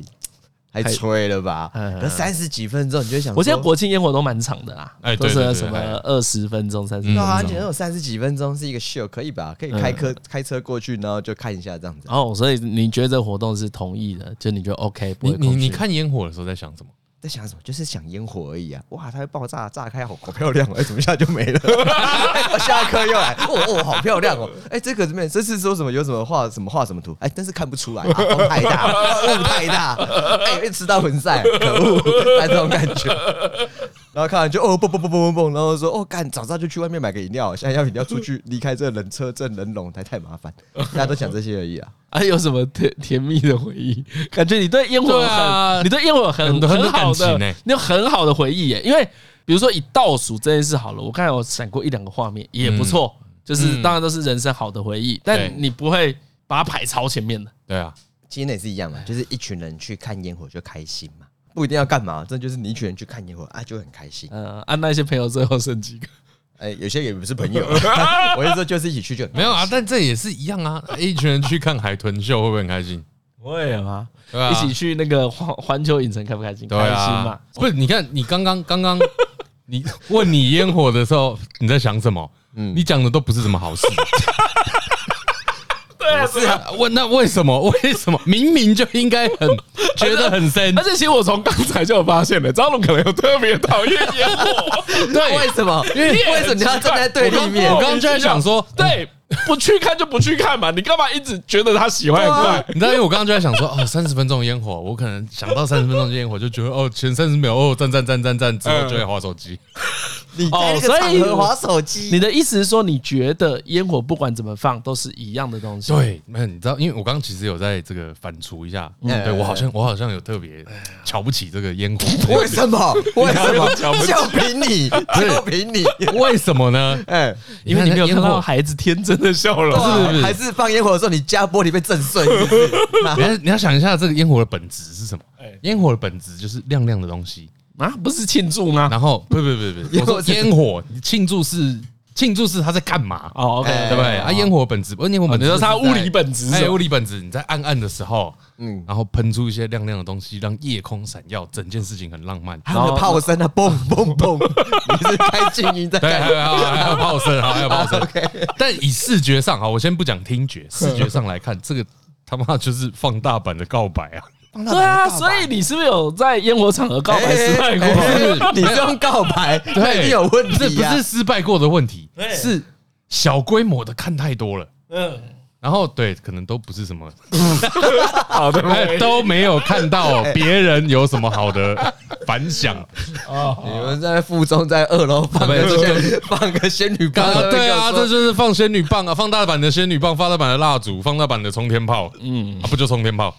Speaker 2: 太
Speaker 1: 太
Speaker 2: 吹了吧？
Speaker 1: 嗯
Speaker 2: 那三十几分钟你就想说，
Speaker 1: 我现在国庆烟火都蛮长的啦，
Speaker 3: 哎
Speaker 1: 都
Speaker 3: 对对
Speaker 1: 是
Speaker 3: 对
Speaker 1: 什么
Speaker 3: 哎嗯
Speaker 1: 二十分钟、三十分
Speaker 2: 对
Speaker 1: 钟。
Speaker 2: 啊，而且有三十几分钟是一个秀，可以吧？可以开
Speaker 1: 嗯
Speaker 2: 车开车过去，然后就看一下这样子。
Speaker 1: 哦，所以你觉得这活动是同意的，就你觉得 OK，不
Speaker 3: 你
Speaker 1: 会
Speaker 3: 你
Speaker 1: 空
Speaker 3: 你
Speaker 1: 虚。
Speaker 3: 看烟火的时候在想什么？
Speaker 2: 在想什么？就是想烟火而已啊！哇，它会爆炸，炸开好好漂亮哦！哎、怎么一下就没了？ 哎下一颗又来，哦哦，好漂亮哦！哎、这个怎么样？这次说什么有什么画什么画什么图？哎、但是看不出来、啊，风太大，雾太大，哎、会吃到魂赛，可恶！哎，这种感觉。然后看完就哦蹦蹦蹦蹦蹦蹦，然后说哦干，早知道就去外面买个饮料，现在要饮料出去离开这人车阵人龙太太麻烦，大家都想这些而已啊。
Speaker 1: 啊，有什么甜甜蜜的回忆？感觉你对烟火
Speaker 3: 对
Speaker 1: 很，
Speaker 3: 啊
Speaker 1: 你对烟火很
Speaker 3: 很多
Speaker 1: 很好
Speaker 3: 感情
Speaker 1: 的
Speaker 3: 欸，
Speaker 1: 你有很好的回忆耶。因为比如说以倒数这件事好了，我刚才有闪过一两个画面，也不错，就是
Speaker 3: 嗯
Speaker 1: 当然都是人生好的回忆，但
Speaker 3: 对
Speaker 1: 你不会把它排超前面的。
Speaker 3: 对
Speaker 1: 哦
Speaker 3: 啊，
Speaker 2: 今天也是一样嘛，就是一群人去看烟火就开心嘛，不一定要干嘛，这就是你一群人去看烟火啊，就很开心。
Speaker 1: 呃，按、那些朋友最后剩几个？
Speaker 2: 哎、有些也不是朋友， 我是说就是一起去就很开
Speaker 3: 没
Speaker 2: 心
Speaker 3: 有啊，但这也是一样啊。一群人去看海豚秀会不会很开心？
Speaker 1: 会啊，
Speaker 3: 对啊，
Speaker 1: 一起去那个环环球影城开不开心？
Speaker 3: 对
Speaker 1: 开心嘛
Speaker 3: 啊。。不是，你看你刚刚刚刚 你问你烟火的时候，你在想什么？
Speaker 1: 嗯
Speaker 3: 你讲的都不是什么好事。 对啊，是啊，问那为什么？ 为什么明明就应该很觉得很深
Speaker 1: 而？且其实我从刚才就有发现了，张龙可能有特别讨厌烟火。
Speaker 3: 对
Speaker 2: 为，什么？因为为什么你要站在对立面
Speaker 3: 我？刚刚就在想说
Speaker 1: 对，不去看就不去看嘛，你干嘛一直觉得他喜欢很
Speaker 2: 对
Speaker 1: 快
Speaker 2: 啊？
Speaker 3: 你知道，因为我刚刚就在想说，哦，三十分钟的烟火，我可能
Speaker 1: 嗯
Speaker 3: 想到三十分钟的烟火，就觉得哦，前三十秒哦，赞赞赞赞赞，之后就会划手机。
Speaker 2: 你在那
Speaker 1: 哦所
Speaker 2: 个场
Speaker 1: 以
Speaker 2: 合划手机，
Speaker 3: 哦
Speaker 1: 你的意思是说，你觉得烟火不管怎么放都是一样的东西？，
Speaker 3: 对，那你知道，因为我刚刚其实有在这个反刍一下，
Speaker 2: 嗯
Speaker 3: 对我好像我好像有特别瞧不起这个烟 火，
Speaker 2: 为什么？为什么？
Speaker 3: 瞧不起
Speaker 2: 就凭你，就凭你，
Speaker 3: 为什么呢？
Speaker 2: 哎，
Speaker 1: 因为你没有
Speaker 3: 烟
Speaker 1: 看到
Speaker 3: 火
Speaker 1: 孩子天真的笑 容，
Speaker 2: 哇
Speaker 3: 不是
Speaker 2: 还是放烟火的时候，你家玻璃被震碎，是不 是
Speaker 1: 啊
Speaker 3: 你要你要想一下，这个烟火的本质是什么？
Speaker 1: 哎
Speaker 3: 烟火的本质就是亮亮的东西。
Speaker 1: 啊，不是庆祝吗？
Speaker 3: 然后不不不 不，我说烟火庆祝是庆祝是他在干嘛？
Speaker 1: 哦，OK，
Speaker 2: 哎
Speaker 3: 对不对？啊，烟火本质，而烟火
Speaker 1: 哦
Speaker 3: 本
Speaker 1: 你
Speaker 3: 质
Speaker 1: 说
Speaker 3: 就是在，
Speaker 1: 它物理本质是
Speaker 3: 哎，
Speaker 1: 吧
Speaker 3: 物理本质，你在暗暗的时候，
Speaker 2: 嗯，
Speaker 3: 然后喷出一些亮亮的东西，让夜空闪耀，整件事情很浪漫。
Speaker 2: 还有那个炮声啊，嘣嘣 嘣，你是开静音在
Speaker 3: 对，还
Speaker 2: 干？
Speaker 3: 有还有还有炮声，还有炮声。但以视觉上，好，我先不讲听觉，视觉上来看，这个他妈就是放大版的告白 啊！
Speaker 1: 对啊，所以你是不是有在烟火场合告白失败
Speaker 2: 哎哎
Speaker 1: 过？
Speaker 2: 哎哎你是用告白，那一定有问
Speaker 3: 不是
Speaker 2: 题
Speaker 3: 不
Speaker 2: 啊
Speaker 3: 是！失败过的问题，
Speaker 1: 对
Speaker 3: 是小规模的看太多了。
Speaker 1: 哎嗯，
Speaker 3: 然后对，可能都不是什么，
Speaker 1: 好的，
Speaker 3: 哎都没有看到别人有什么好的反响。
Speaker 2: 你们在附中在二楼放个
Speaker 3: 对
Speaker 2: 仙放个仙女棒，
Speaker 3: 啊对
Speaker 2: 跟我
Speaker 3: 啊，这
Speaker 2: 说
Speaker 3: 就是放仙女棒啊，放大版的仙女棒，放大版的蜡烛，放大版的冲天炮，嗯，啊、不就冲天炮？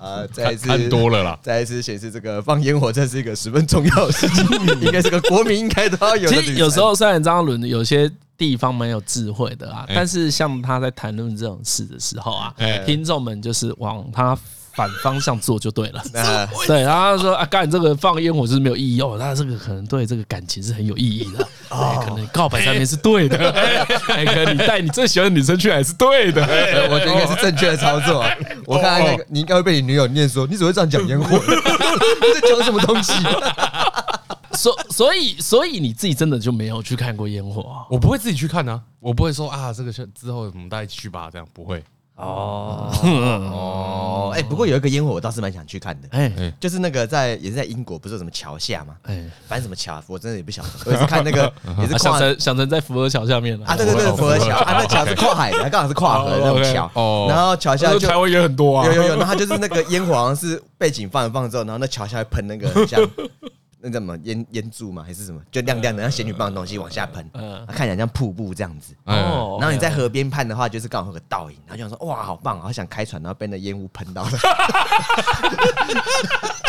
Speaker 2: 啊，再一次
Speaker 3: 看多了啦。
Speaker 2: 再一次显示这个放烟火，这是一个十分重要的事情，应该是个国民应该都要有的
Speaker 1: 其
Speaker 2: 旅程。
Speaker 1: 实有时候虽然张嘉伦有些地方蛮有智慧的啊，
Speaker 3: 哎
Speaker 1: 但是像他在谈论这种事的时候啊
Speaker 3: 哎，
Speaker 1: 听众们就是往他反方向做就对 了。
Speaker 2: 那
Speaker 1: 对，然后他说啊，干这个放烟火是没有意义哦，那这个可能对这个感情是很有意义的，
Speaker 2: 哦
Speaker 1: 对，可能告白上面是对的，哎，可能你带你最喜欢的女生去还是对的，
Speaker 2: 呃我觉得应该是正确的操作。我看那个，你应该会被你女友念说，你怎么会这样讲烟火？你在讲什么东西？
Speaker 1: 所所以所以你自己真的就没有去看过烟火
Speaker 3: 我不会自己去看啊，我不会说啊，这个是之后我们大家一起去吧，这样不会。
Speaker 2: 哦，哎，不过有一个烟火我倒是蛮想去看的，
Speaker 1: 哎
Speaker 3: 哎
Speaker 2: 就是那个在也是在英国，不是有什么桥下吗？
Speaker 1: 哎，
Speaker 2: 反正什么桥，我真的也不晓得。我也是看那个，也是
Speaker 1: 啊
Speaker 2: 跨
Speaker 1: 想成想成在福尔桥下面了
Speaker 2: 啊，对对对，
Speaker 3: 哦
Speaker 2: 佛河桥啊，那桥是
Speaker 3: OK
Speaker 2: 跨海的，刚好是跨河的那种桥
Speaker 3: 哦。
Speaker 2: 然后桥下就
Speaker 1: 湾也很多啊哦
Speaker 2: 有有有，然后它就是那个烟火，好像是背景放一放之后，然后那桥下会喷那个很像那叫什么烟烟柱嘛，还是什么，就亮亮的，像仙女棒的东西往下喷，
Speaker 1: 嗯
Speaker 2: 看起来像瀑布这样子。
Speaker 3: 哦，
Speaker 2: 哎然
Speaker 1: 哎
Speaker 2: 后你在河边畔的话，就是刚好有个倒影，然后就想说哇，好棒，好想开船，然后被那烟雾喷到了。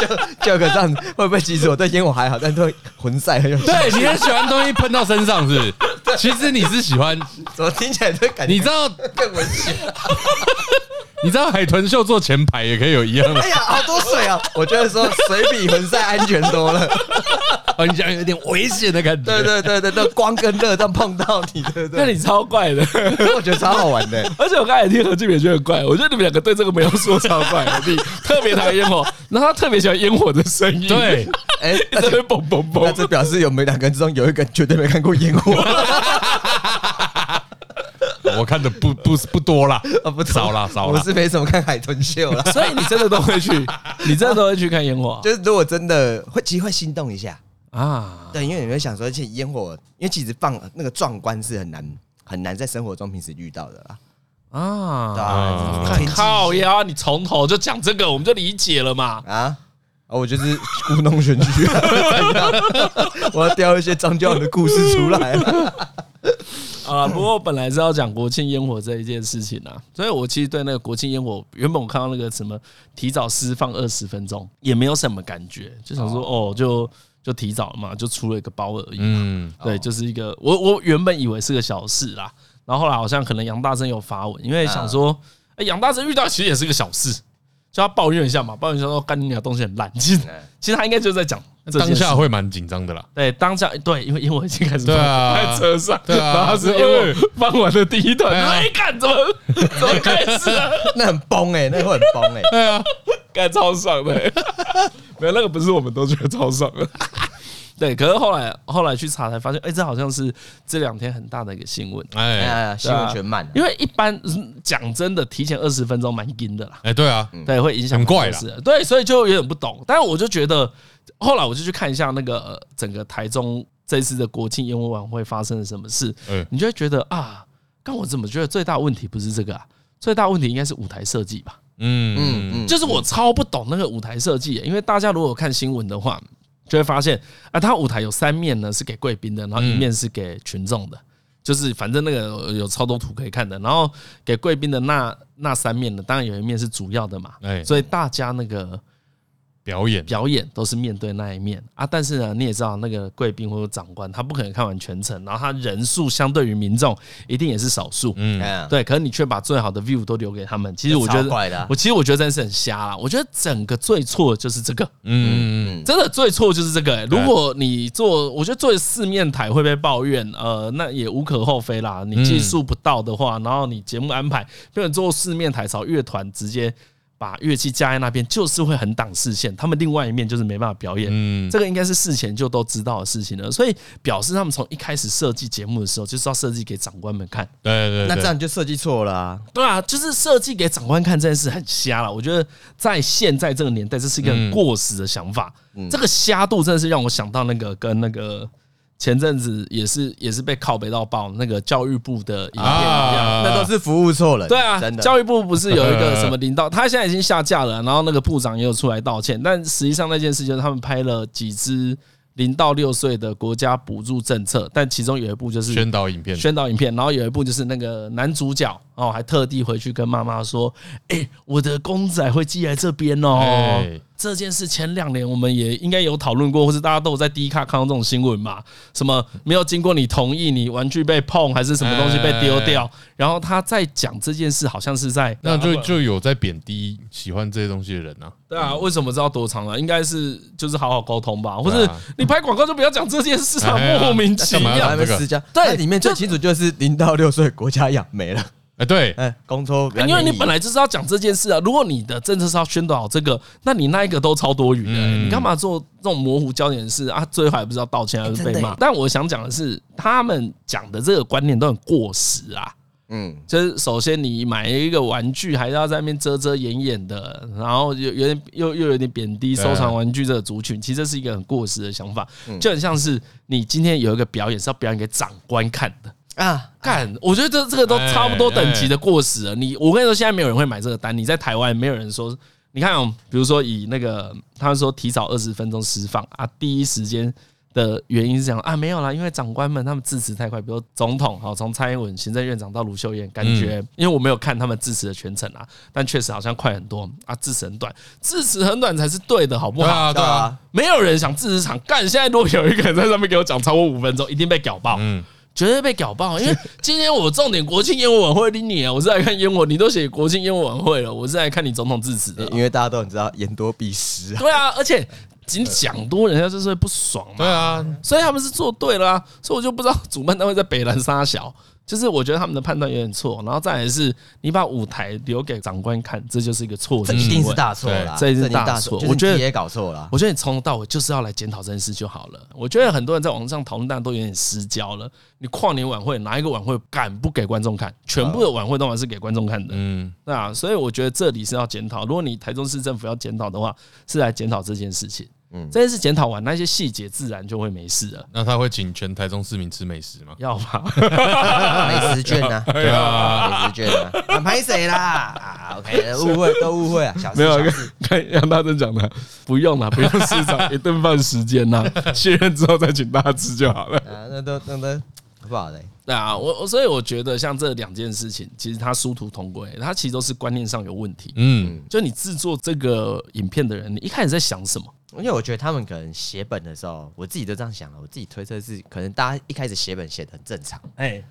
Speaker 2: 就就有个这样子，会不会其实我对烟火还好，但对魂赛很有兴趣。
Speaker 3: 对你很喜欢东西喷到身上是 不是？其实你是喜欢，
Speaker 2: 怎么听起来就感觉
Speaker 3: 你知道
Speaker 2: 更危险？
Speaker 3: 你知道海豚秀坐前排也可以有一样的
Speaker 2: 哎，呀，好多水啊！我觉得说水比魂赛安全多了。
Speaker 1: 哦
Speaker 3: 好像有点危险的感觉。
Speaker 2: 对对对对，那光跟热这样碰到你，对不
Speaker 1: 那
Speaker 2: 对？
Speaker 1: 你超怪的。
Speaker 2: 我觉得超好玩的。
Speaker 1: 而且我刚才听何俊也觉得很怪，我觉得你们两个对这个没有说超怪的，你特别讨厌烟 火，然后他特别喜欢烟火的声音，
Speaker 3: 对，
Speaker 2: 哎，
Speaker 1: 一 直在嘣嘣
Speaker 2: 那
Speaker 1: 嘣。
Speaker 2: 这表示有没两个人之中有一个人绝对没看过烟火
Speaker 3: 我看的不不不多啦，
Speaker 2: 啊？不
Speaker 3: 少啦少
Speaker 2: 我
Speaker 3: 啦。
Speaker 2: 是没怎么看海豚秀啦。
Speaker 1: 所以你真的都会去， 你真的都会去看烟火
Speaker 2: 就是如果真的会，其实会心动一下。
Speaker 1: 啊？
Speaker 2: 对，因为你会想说，而且烟火，因为其实放那个壮观是很难很难在生活中平时遇到的啦。对
Speaker 1: 啊！
Speaker 2: 啊，
Speaker 1: 看
Speaker 2: 天气
Speaker 1: 靠呀，你从头就讲这个，我们就理解了嘛。
Speaker 2: 啊。啊，我就是故弄玄虚、啊， 我要雕一些张教授的故事出来、啊。
Speaker 1: 啊，不过本来是要讲国庆烟火这一件事情啊，所以我其实对那个国庆烟火，原本我看到那个什么提早释放二十分钟，也没有什么感觉，就想说哦，就就提早了嘛，就出了一个包而已。
Speaker 3: 嗯，
Speaker 1: 对，就是一个我我原本以为是个小事啦，然后后来好像可能杨大生有发文，因为
Speaker 3: 嗯
Speaker 1: 想说，哎，杨大生遇到其实也是个小事，就要抱怨一下嘛，抱怨一下说干你俩东西很烂，其实其实他应该就是在讲这件
Speaker 3: 嗯当
Speaker 1: 事
Speaker 3: 下会蛮紧张的啦。
Speaker 1: 对，当下对，因为因为我已经开始
Speaker 3: 对啊
Speaker 1: 放在车上，
Speaker 3: 对啊
Speaker 1: 然后是因为我放完的第一段，
Speaker 3: 对啊
Speaker 1: 哎，干怎么怎么开始 了？
Speaker 2: 那很崩哎、那会很崩哎、
Speaker 3: 对啊，
Speaker 1: 干超爽 的，没有那个不是我们都觉得超爽的。 对，可是后来后来去查才发现，哎，这好像是这两天很大的一个新闻。
Speaker 3: 哎
Speaker 2: 哎，新闻全满、啊。
Speaker 1: 因为一般嗯讲真的，提前二十分钟蛮硬的啦，
Speaker 3: 哎，对啊，
Speaker 1: 对，会影响
Speaker 3: 很怪啦
Speaker 1: 是，对，所以就有点不懂。但是我就觉得，后来我就去看一下那个呃整个台中这次的国庆烟火晚会发生了什么事，
Speaker 3: 嗯
Speaker 1: 你就会觉得啊，但我怎么觉得最大问题不是这个啊？最大问题应该是舞台设计吧？
Speaker 3: 嗯嗯
Speaker 2: 嗯嗯，
Speaker 1: 就是我超不懂那个舞台设计耶，因为大家如果有看新闻的话，就会发现啊，它舞台有三面呢是给贵宾的，然后
Speaker 3: 嗯
Speaker 1: 一面是给群众的，就是反正那个呃有超多图可以看的。然后给贵宾的那那三面呢，当然有一面是主要的嘛，
Speaker 3: 哎
Speaker 1: 所以大家那个
Speaker 3: 表演
Speaker 1: 表演都是面对那一面啊。但是呢，你也知道那个贵宾或者长官，他不可能看完全程，然后他人数相对于民众一定也是少数，
Speaker 2: 嗯，
Speaker 1: 对，可是你却把最好的 view 都留给他们。其实我觉
Speaker 2: 超怪的
Speaker 1: 得
Speaker 2: 啊，
Speaker 1: 我其实我觉得真是很瞎啦。我觉得整个最错的就是这个，
Speaker 3: 嗯，
Speaker 1: 真的最错就是这个、欸。如果你做，我觉得做四面台会被抱怨，呃，那也无可厚非啦。你技术不到的话，然后你节目安排，比如做四面台找乐团直接。把乐器架在那边，就是会很挡视线。他们另外一面就是没办法表演，这个应该是事前就都知道的事情了。所以表示他们从一开始设计节目的时候，就是要设计给长官们看。
Speaker 3: 对对对，
Speaker 2: 那这样就设计错了啊。
Speaker 1: 对啊，就是设计给长官看这件事很瞎了。我觉得在现在这个年代，这是一个很
Speaker 2: 嗯
Speaker 1: 过时的想法。这个瞎度真的是让我想到那个跟那个前阵子也是也是被拷贝到爆那个教育部的影片一样。
Speaker 3: 啊
Speaker 2: 那都是服务错了，
Speaker 1: 对啊
Speaker 2: 真，的。
Speaker 1: 教育部不是有一个什么领导，他现在已经下架了，然后那个部长也有出来道歉，但实际上那件事就是他们拍了几支零到六岁的国家补助政策，但其中有一部就是
Speaker 3: 宣导影片，
Speaker 1: 宣导影片，然后有一部就是那个男主角哦，还特地回去跟妈妈说：“哎、我的公仔会寄来这边哦。
Speaker 3: 哎
Speaker 1: 这件事前两年我们也应该有讨论过，或是大家都有在第一卡看到这种新闻嘛？什么没有经过你同意，你玩具被碰，还是什么东西被丢
Speaker 3: 哎
Speaker 1: 掉？然后他在讲这件事，好像是在
Speaker 3: 那就就有在贬低喜欢这些东西的人啊。
Speaker 1: 对啊，为什么知道多长了？应该是就是好好沟通吧，或
Speaker 3: 对
Speaker 1: 是
Speaker 3: 啊
Speaker 1: 你拍广告就不要讲这件事啊，
Speaker 3: 哎呀
Speaker 1: 莫名
Speaker 3: 那
Speaker 1: 其
Speaker 3: 干嘛要
Speaker 1: 妙。
Speaker 2: 他
Speaker 3: 这
Speaker 2: 们
Speaker 3: 个
Speaker 2: 私家，
Speaker 1: 对
Speaker 2: 那里面最清楚就是零到六岁国家养没了，
Speaker 3: 哎，对，
Speaker 2: 哎，公抽比较
Speaker 1: 啊
Speaker 2: 便宜，
Speaker 1: 因为你本来就是要讲这件事啊。如果你的政策是要宣导这个，那你那一个都超多余的、你干嘛做这种模糊焦点的事啊？最后还不是要道歉，还是被骂？但我想讲的是，他们讲的这个观念都很过时啊。
Speaker 2: 嗯，
Speaker 1: 就是首先你买一个玩具，还要在那边遮遮掩掩的，然后有有点又又有点贬低收藏玩具这个族群，其实这是一个很过时的想法，就很像是你今天有一个表演是要表演给长官看的。
Speaker 2: 啊，
Speaker 1: 干，我觉得这这个都
Speaker 3: 哎
Speaker 1: 差不多等级的过时了。你，我跟你说，现在没有人会买这个单。你在台湾，没有人说，你看、哦，比如说以那个他们说提早二十分钟释放啊，第一时间的原因是这样啊，没有啦，因为长官们他们致辞太快，比如总统好，从蔡英文行政院长到卢秀燕，感
Speaker 3: 嗯
Speaker 1: 觉因为我没有看他们致辞的全程啊，但确实好像快很多啊，致辞很短，致辞很短才是对的，好不
Speaker 3: 对
Speaker 1: 好？
Speaker 3: 啊，对啊，，
Speaker 1: 没有人想致辞场干。现在如果有一个人在上面给我讲超过五分钟，一定被屌爆。
Speaker 3: 嗯
Speaker 1: 绝对被屌爆，因 为今天我重点国庆烟火晚会拎你啊，我是来看烟火，你都写国庆烟火晚会了，我是来看你总统致辞的。
Speaker 2: 因为大家都很知道言多必失啊，
Speaker 1: 对啊，而且仅讲多，人家就是会不爽嘛
Speaker 2: 嗯
Speaker 3: 对。啊，
Speaker 1: 所以他们是做对了、啊，所以我就不知道主办单位在北兰沙小，就是我觉得他们的判断有点错。然后再来是，你把舞台留给长官看，这就是一个错误
Speaker 2: 这
Speaker 1: 的
Speaker 2: 一定
Speaker 1: 行
Speaker 2: 是
Speaker 1: 为。
Speaker 2: 大错啦，
Speaker 1: 对这一定是
Speaker 2: 一定
Speaker 1: 大
Speaker 2: 大
Speaker 1: 错
Speaker 2: 就是
Speaker 1: 我觉得
Speaker 2: 你也搞 错了，
Speaker 1: 我觉得你从头到尾就是要来检讨这件事就好了。我觉得很多人在网上讨论，但都有点失焦了。你跨年晚会哪一个晚会敢不给观众看？全部的晚会都还是给观众看的。
Speaker 3: 嗯，
Speaker 1: 对啊，所以我觉得这里是要检讨。如果你台中市政府要检讨的话，是来检讨这件事情。嗯，这件事检讨完，那些细节自然就会没事了。
Speaker 3: 那他会请全台中市民吃美食吗？
Speaker 1: 要 吧？
Speaker 2: 美食券 呐，对啊，美食券呐，啊，拍谁啦？啊，OK，误会都误会啊，小事
Speaker 1: 没有
Speaker 2: 小
Speaker 1: 跟
Speaker 2: 事
Speaker 1: 跟杨大正讲的，不用了，不用市长一顿饭时间呐，卸任之后再请大家吃就好了。
Speaker 2: 啊，那都那都不好的，
Speaker 1: 对啊，我我所以我觉得像这两件事情，其实它殊途同归，它其实都是观念上有问题。
Speaker 3: 嗯，
Speaker 1: 就你制作这个影片的人，你一开始在想什么？
Speaker 2: 因为我觉得他们可能写本的时候，我自己都这样想了，啊我自己推测是可能大家一开始写本写的很正常，
Speaker 1: 哎，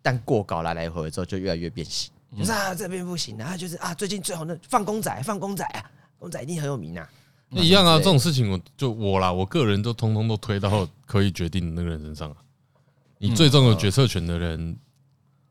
Speaker 2: 但过稿来来回回之后就越来越变形，
Speaker 1: 嗯
Speaker 2: 就是啊这边不行啊，就是啊最近最红的放公仔放公仔啊，公仔一定很有名啊，
Speaker 3: 那一样啊，这种事情我就我啦，我个人都通通都推到可以决定的那个人身上啊。你最终有决策权的人，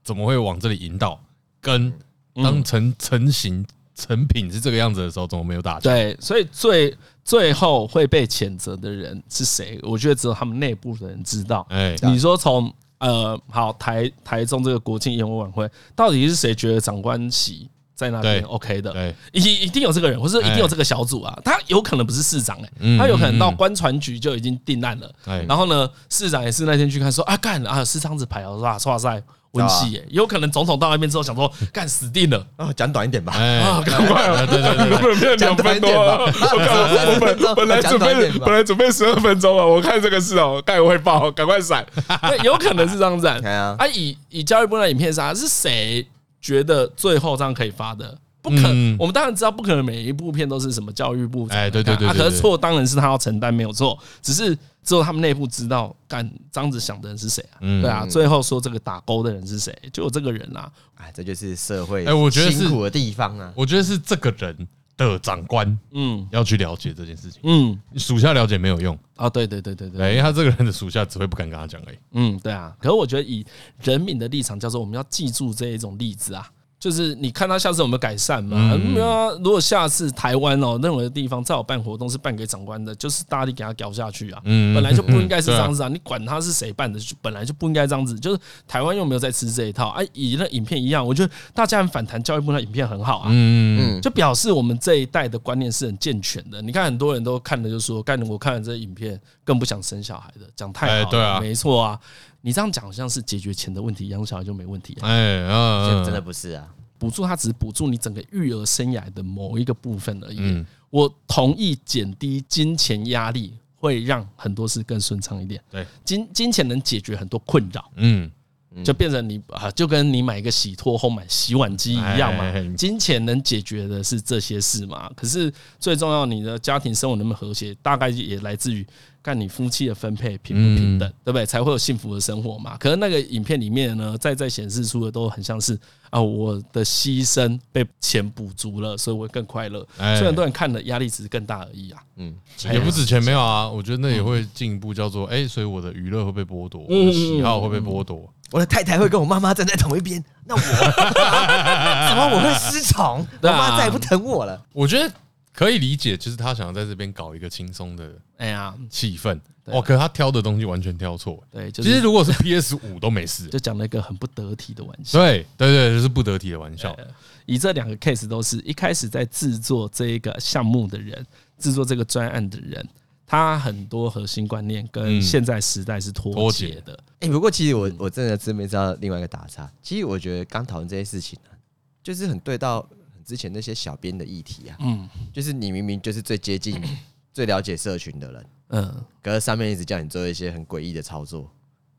Speaker 3: 怎么会往这里引导？跟当成成型成品是这个样子的时候，怎么没有打架？
Speaker 1: 对，所以最最后会被谴责的人是谁？我觉得只有他们内部的人知道。
Speaker 3: 哎，
Speaker 1: 你说从呃，好台台中这个国庆烟火晚会，到底是谁觉得长官席在那边
Speaker 3: 对
Speaker 1: OK 的？
Speaker 3: 对，哎
Speaker 1: 一一定有这个人，或是一定有这个小组啊。他有可能不是市长、欸，
Speaker 3: 嗯
Speaker 1: 他有可能到
Speaker 3: 嗯嗯
Speaker 1: 官船局就已经定案了。
Speaker 3: 哎
Speaker 1: 然后呢，市长也是那天去看说啊，干啊，是这样子排哦，哇哇塞，温系耶，有可能总统到那边之后想说，干死定 了
Speaker 2: 啊，讲短一点吧。
Speaker 3: 哎，
Speaker 1: 啊，赶快啊，
Speaker 3: 对 对对
Speaker 1: 根本变两
Speaker 2: 讲短
Speaker 1: 分
Speaker 2: 一
Speaker 1: 多啊
Speaker 2: 点吧，
Speaker 1: 了。
Speaker 2: 我
Speaker 1: 本本来
Speaker 2: 讲
Speaker 1: 准
Speaker 2: 短一
Speaker 1: 备
Speaker 2: 点
Speaker 1: 本
Speaker 2: 吧。
Speaker 1: 来准备十二分钟了，啊我看这个事哦，盖会爆，赶快 闪。那有可能是这 样子
Speaker 2: 哎
Speaker 1: 啊
Speaker 2: 呀。
Speaker 1: 啊，以以教育部那影片杀是谁觉得最后这样可以发的？不可，
Speaker 3: 嗯
Speaker 1: 我们当然知道不可能每一部片都是什么教育部。
Speaker 3: 哎对对对
Speaker 1: 啊
Speaker 3: 对
Speaker 1: 可
Speaker 3: 对
Speaker 1: 是错当然是他要承担，没有错，只是只有他们内部知道，干这样子想的人是谁啊？
Speaker 3: 嗯
Speaker 1: 对啊，最后说这个打勾的人是谁？就有这个人啊。
Speaker 2: 哎，这就是社会
Speaker 3: 哎我觉得是
Speaker 2: 辛苦的地方啊。
Speaker 3: 我觉得是这个人的长官
Speaker 1: 嗯
Speaker 3: 要去了解这件事情，
Speaker 1: 嗯，
Speaker 3: 属下了解没有用，
Speaker 1: 啊，对对对对
Speaker 3: 对，因为他这个人的属下只会不敢跟他讲而已。
Speaker 1: 嗯，对啊。可是我觉得以人民的立场，叫做我们要记住这一种例子啊，就是你看他下次有没有改善嘛？
Speaker 3: 嗯
Speaker 1: 没有啊。如果下次台湾哦，任何地方再有办活动是办给长官的，就是大力给他搞下去啊。
Speaker 3: 嗯
Speaker 1: 本来就不应该是
Speaker 3: 嗯
Speaker 1: 这样 子啊，你管他是谁办的，就本来就不应该这样子。就是台湾又没有在吃这一套啊，以那影片一样，我觉得大家很反弹教育部那影片很好啊。
Speaker 3: 嗯，
Speaker 1: 就表示我们这一代的观念是很健全的。你看，很多人都看了就说，干我看了这影片更不想生小孩的，讲太
Speaker 3: 哎
Speaker 1: 好
Speaker 3: 对
Speaker 1: 了，
Speaker 3: 啊
Speaker 1: 没错啊。你这样讲好像是解决钱的问题，养小孩就没问题啊。
Speaker 3: 哎啊，
Speaker 2: 真的不是啊，
Speaker 1: 补助它只是补助你整个育儿生涯的某一个部分而已。
Speaker 3: 嗯
Speaker 1: 我同意减低金钱压力会让很多事更顺畅一点。
Speaker 3: 对，
Speaker 1: 金金钱能解决很多困扰。
Speaker 3: 嗯，
Speaker 1: 就变成你啊，就跟你买一个洗脱后买洗碗机一样嘛
Speaker 3: 哎哎哎。
Speaker 1: 金钱能解决的是这些事嘛？可是最重要，你的家庭生活能不能和谐，大概也来自于看你夫妻的分配平不平等，
Speaker 3: 嗯
Speaker 1: 对不对？才会有幸福的生活嘛。可是那个影片里面呢，再再显示出的都很像是啊，我的牺牲被钱补足了，所以我更快乐。
Speaker 3: 哎嗯
Speaker 1: 所以很多人看的压力只是更大而已啊。
Speaker 3: 也不止钱没有啊，我觉得那也会进一步叫
Speaker 1: 嗯
Speaker 3: 做，哎，所以我的娱乐会被剥夺，我的喜好会被剥夺，
Speaker 2: 我的太太会跟我妈妈站在同一边，那 我怎么我会失宠？我
Speaker 1: 对啊
Speaker 2: 妈再也不疼我了。
Speaker 3: 我觉得可以理解，就是他想要在这边搞一个轻松的
Speaker 1: 哎呀，
Speaker 3: 气氛。
Speaker 1: 对啊
Speaker 3: 哦，可是他挑的东西完全挑错。
Speaker 1: 对，就
Speaker 3: 其实
Speaker 1: 是
Speaker 3: 如果是 PS 五都没事。
Speaker 1: 就讲了一个很不得体的玩笑。
Speaker 3: 对对对，就是不得体的玩笑。
Speaker 1: 哎以这两个 case 都是一开始在制作这一个项目的人，制作这个专案的人，他很多核心观念跟
Speaker 3: 嗯
Speaker 1: 现在时代是脱
Speaker 3: 脱
Speaker 1: 节
Speaker 3: 节
Speaker 1: 的。
Speaker 2: 哎、不过其实我我真的这边知道另外一个打岔。其实我觉得刚讨论这些事情啊，就是很对到很之前那些小编的议题啊，
Speaker 1: 嗯
Speaker 2: 就是你明明就是最接 近、最了解社群的人，
Speaker 1: 嗯，
Speaker 2: 可是上面一直叫你做一些很诡异的操作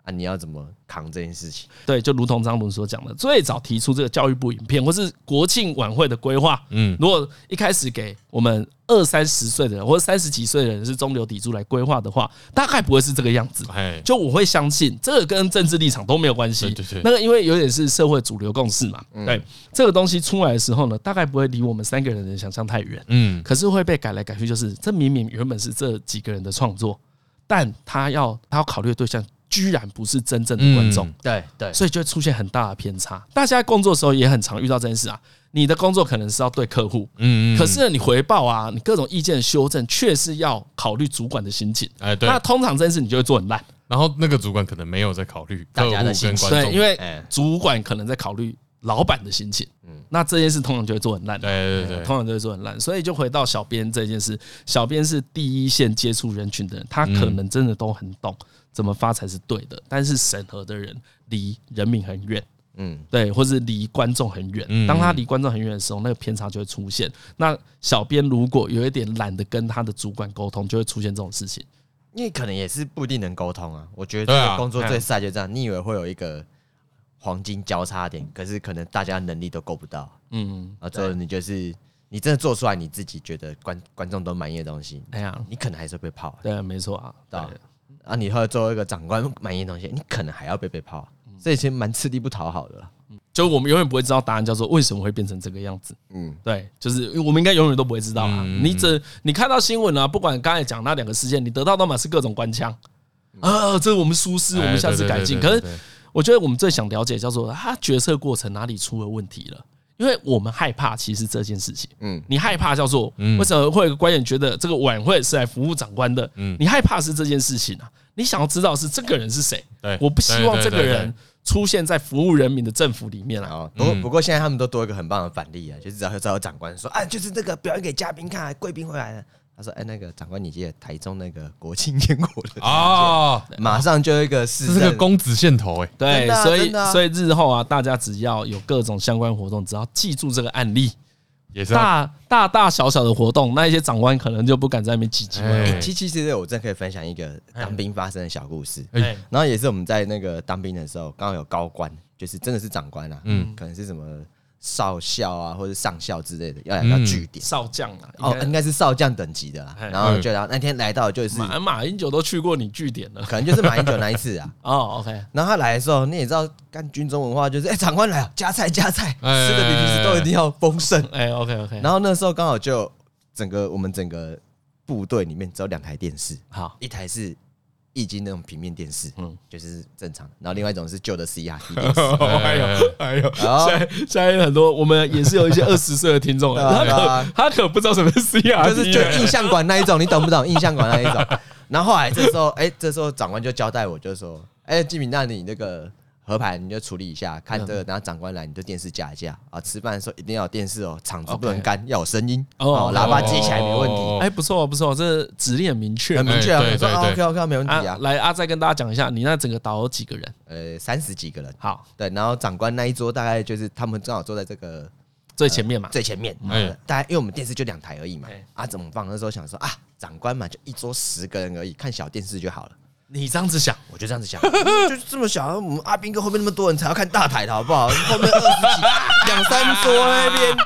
Speaker 2: 啊，你要怎么扛这件事情？
Speaker 1: 对，就如同张伦所讲的，最早提出这个教育部影片或是国庆晚会的规划，
Speaker 3: 嗯，
Speaker 1: 如果一开始给我们二三十岁的人或者三十几岁的人是中流砥柱来规划的话，大概不会是这个样子。
Speaker 3: 哎，
Speaker 1: 就我会相信这个跟政治立场都没有关系，
Speaker 3: 对对嗯对
Speaker 1: 那个因为有点是社会主流共识嘛，对，这个东西出来的时候呢，大概不会离我们三个人的想象太远，
Speaker 3: 嗯，
Speaker 1: 可是会被改来改去，就是这明明原本是这几个人的创作，但他要他要考虑的对象居然不是真正的观众，
Speaker 3: 嗯
Speaker 2: 对对
Speaker 1: 所以就会出现很大的偏差。大家在工作的时候也很常遇到这件事啊，你的工作可能是要对客户，
Speaker 3: 嗯，嗯
Speaker 1: 可是呢你回报啊，你各种意见的修正，确实要考虑主管的心情。
Speaker 3: 哎对，
Speaker 1: 那通常这件事你就会做很烂，
Speaker 3: 然后那个主管可能没有在考虑
Speaker 2: 大
Speaker 3: 客户
Speaker 2: 家的
Speaker 3: 跟
Speaker 2: 心
Speaker 3: 观
Speaker 2: 情
Speaker 3: 众，
Speaker 1: 对，因为
Speaker 2: 哎
Speaker 1: 主管可能在考虑老板的心情，嗯，那这件事通常就会做很烂，
Speaker 3: 对对
Speaker 1: 通
Speaker 3: 对对，
Speaker 1: 常就会做很烂。所以就回到小编这件事，小编是第一线接触人群的人，他可能真的都很懂怎么发才是对的，但是审核的人离人民很远。
Speaker 2: 嗯，
Speaker 1: 对，或是离观众很远。
Speaker 3: 嗯
Speaker 1: 当他离观众很远的时候，那个偏差就会出现。那小编如果有一点懒得跟他的主管沟通，就会出现这种事情。
Speaker 2: 因为可能也是不一定能沟通啊。我觉得
Speaker 3: 对啊
Speaker 2: 这个工作最晒就这样，你以为会有一个黄金交叉点，可是可能大家能力都够不到，
Speaker 1: 嗯，
Speaker 2: 啊，最后你就是你真的做出来你自己觉得观观众都满意的东西，
Speaker 1: 哎呀，
Speaker 2: 你可能还是会被泡，
Speaker 1: 对啊，没错啊，
Speaker 2: 对
Speaker 1: 对
Speaker 2: 啊，啊，你后来做一个长官满意的东西，你可能还要被被泡，这其实蛮吃力不讨好的啦。
Speaker 1: 就我们永远不会知道答案，叫做为什么会变成这个样子。
Speaker 2: 嗯，
Speaker 1: 对，就是我们应该永远都不会知道啊。
Speaker 3: 嗯
Speaker 1: 你只你看到新闻啊，不管刚才讲那两个事件，你得到的嘛是各种官腔啊，这是我们疏失，我
Speaker 3: 哎
Speaker 1: 们下次改进。可是我觉得我们最想了解叫做他决策过程哪里出了问题了，因为我们害怕其实这件事情，嗯
Speaker 2: 嗯，
Speaker 1: 你害怕叫做
Speaker 3: 嗯
Speaker 1: 为什么会有个官员觉得这个晚会是来服务长官的，嗯
Speaker 3: 嗯，
Speaker 1: 你害怕是这件事情啊，你想要知道是这个人是谁，
Speaker 3: 对
Speaker 1: 我不希望这个
Speaker 3: 对对对
Speaker 1: 人出现在服务人民的政府里面
Speaker 2: 然
Speaker 1: 啊，
Speaker 2: 后哦
Speaker 3: 嗯
Speaker 2: 不过不过现在他们都多一个很棒的反例啊，就是只要只要有长官说啊，就是这个表演给嘉宾看，贵宾回来了，啊他说：“哎、那个长官，你记得台中那个国庆烟火的，
Speaker 3: 啊，
Speaker 2: 马上就有一个
Speaker 3: 这
Speaker 2: 市
Speaker 3: 是
Speaker 2: 政
Speaker 3: 个公子线头哎、
Speaker 1: 对
Speaker 2: 真，的啊
Speaker 1: 所以
Speaker 2: 真的啊
Speaker 1: 所以日后啊，大家只要有各种相关活动，只要记住这个案例，
Speaker 3: 也是要
Speaker 2: 啊
Speaker 1: 大大大小小的活动，那一些长官可能就不敢在那边唧唧歪歪。
Speaker 3: 哎
Speaker 2: 其其实我真的可以分享一个当兵发生的小故事。
Speaker 3: 哎
Speaker 2: 然后也是我们在那个当兵的时候，刚好有高官，就是真的是长官啊，
Speaker 3: 嗯
Speaker 2: 嗯，可能是什么少校啊或者上校之类的，要来到据
Speaker 3: 嗯
Speaker 2: 点。
Speaker 1: 少将啊，
Speaker 2: 哦，
Speaker 1: 应
Speaker 2: 应
Speaker 1: 该
Speaker 2: 该是少将等级的啦
Speaker 1: 哎。
Speaker 2: 然后就然后那天来到就是，
Speaker 1: 马马英九都去过你据点了。
Speaker 2: 可能就是马英九那一次啊。
Speaker 1: 哦，OK，
Speaker 2: 然后他来的时候，你也知道，干军中文化就是，哎、长官来了，夹菜夹菜，
Speaker 3: 哎
Speaker 2: 吃的比平时都一定要丰盛。
Speaker 1: 哎，OK，OK，
Speaker 2: 然后那时候刚好就整个我们整个部队里面只有两台电视，
Speaker 1: 好，
Speaker 2: 一台是易经那种平面电视，
Speaker 1: 嗯
Speaker 2: 嗯，就是正常的，然后另外一种是旧的 CRT 电视。
Speaker 3: 哎
Speaker 1: 还有还有，
Speaker 2: 哦
Speaker 1: 现在现在很多我们也是有一 些二十岁的听众，
Speaker 2: 对啊
Speaker 1: 他
Speaker 2: 对啊
Speaker 1: 可他可不知道什么是 CR，
Speaker 2: 就是 就印象馆那一种，你懂不懂？印象馆那一种。然后后来这时候，哎、这时候长官就交代我，就说，哎、季敏，那你那个合盘你就处理一下，看这个，然后长官来你就电视架一架啊。吃饭的时候一定要有电视哦，场子不能干要有声音
Speaker 1: 哦
Speaker 2: 哦，喇叭接起来没问
Speaker 3: 哦
Speaker 2: 题，
Speaker 1: 哎，不错不错，这指令很明确
Speaker 2: 很。明确啊。
Speaker 3: 哎对
Speaker 2: 我说
Speaker 3: 对对
Speaker 2: OK OK 没问题
Speaker 1: 啊
Speaker 2: 啊，。
Speaker 1: 来阿再跟大家讲一下，你那整个岛有几个人？
Speaker 2: 呃，三十几个人，
Speaker 1: 好，
Speaker 2: 对，然后长官那一桌大概就是他们正好坐在这个
Speaker 1: 最前面嘛。
Speaker 2: 最前面，
Speaker 3: 哎
Speaker 2: 呃大家因为我们电视就两台而已嘛
Speaker 1: 哎，
Speaker 2: 啊，怎么放？那时候想说啊，长官嘛，就一桌十个人而已，看小电视就好了。
Speaker 1: 你这样子想，
Speaker 2: 我就这样子想，嗯就是这么小，我们阿兵哥后面那么多人才要看大台的好不好？后面二十几、两三桌那边，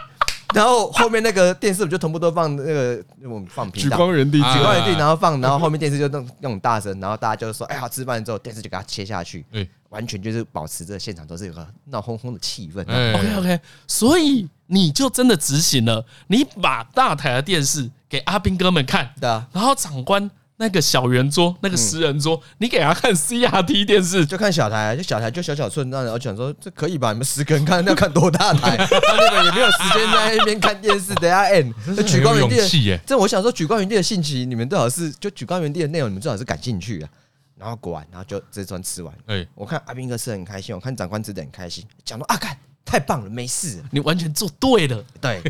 Speaker 2: 然后后面那个电视我们就同步都放那个我们放频道，
Speaker 1: 原地哎
Speaker 3: 啊
Speaker 2: 举光原地，然后放，然后后面电视就那种那种大声，然后大家就说：“哎、好，吃饭之后电视就给它切下去。
Speaker 3: 哎
Speaker 2: 完全就是保持着现场都是有个闹哄哄的气氛，
Speaker 1: OK
Speaker 3: 哎，
Speaker 1: OK，所以你就真的执行了，你把大台的电视给阿兵哥们看，
Speaker 2: 对啊，嗯
Speaker 1: 然后长官那个小圆桌、那个十人桌，你给他看 CRT 电视，
Speaker 2: 就看小台，就小台就小小寸那样，我想说这可以吧？你们十个人看要看多大 台？他那个也没有时间在那边看电视，等一下哎，那举光原地
Speaker 3: 很有勇气耶
Speaker 2: 的，这我想说举光原地的兴趣，你们最好是就举光原地的内容，你们最好是感兴趣啊。然后果然，然后就这顿吃完，
Speaker 3: 哎，
Speaker 2: 我看阿斌哥吃的很开心，我看长官吃的很开心，讲到啊，看太棒了，没事了，
Speaker 1: 你完全做对了。
Speaker 2: 对，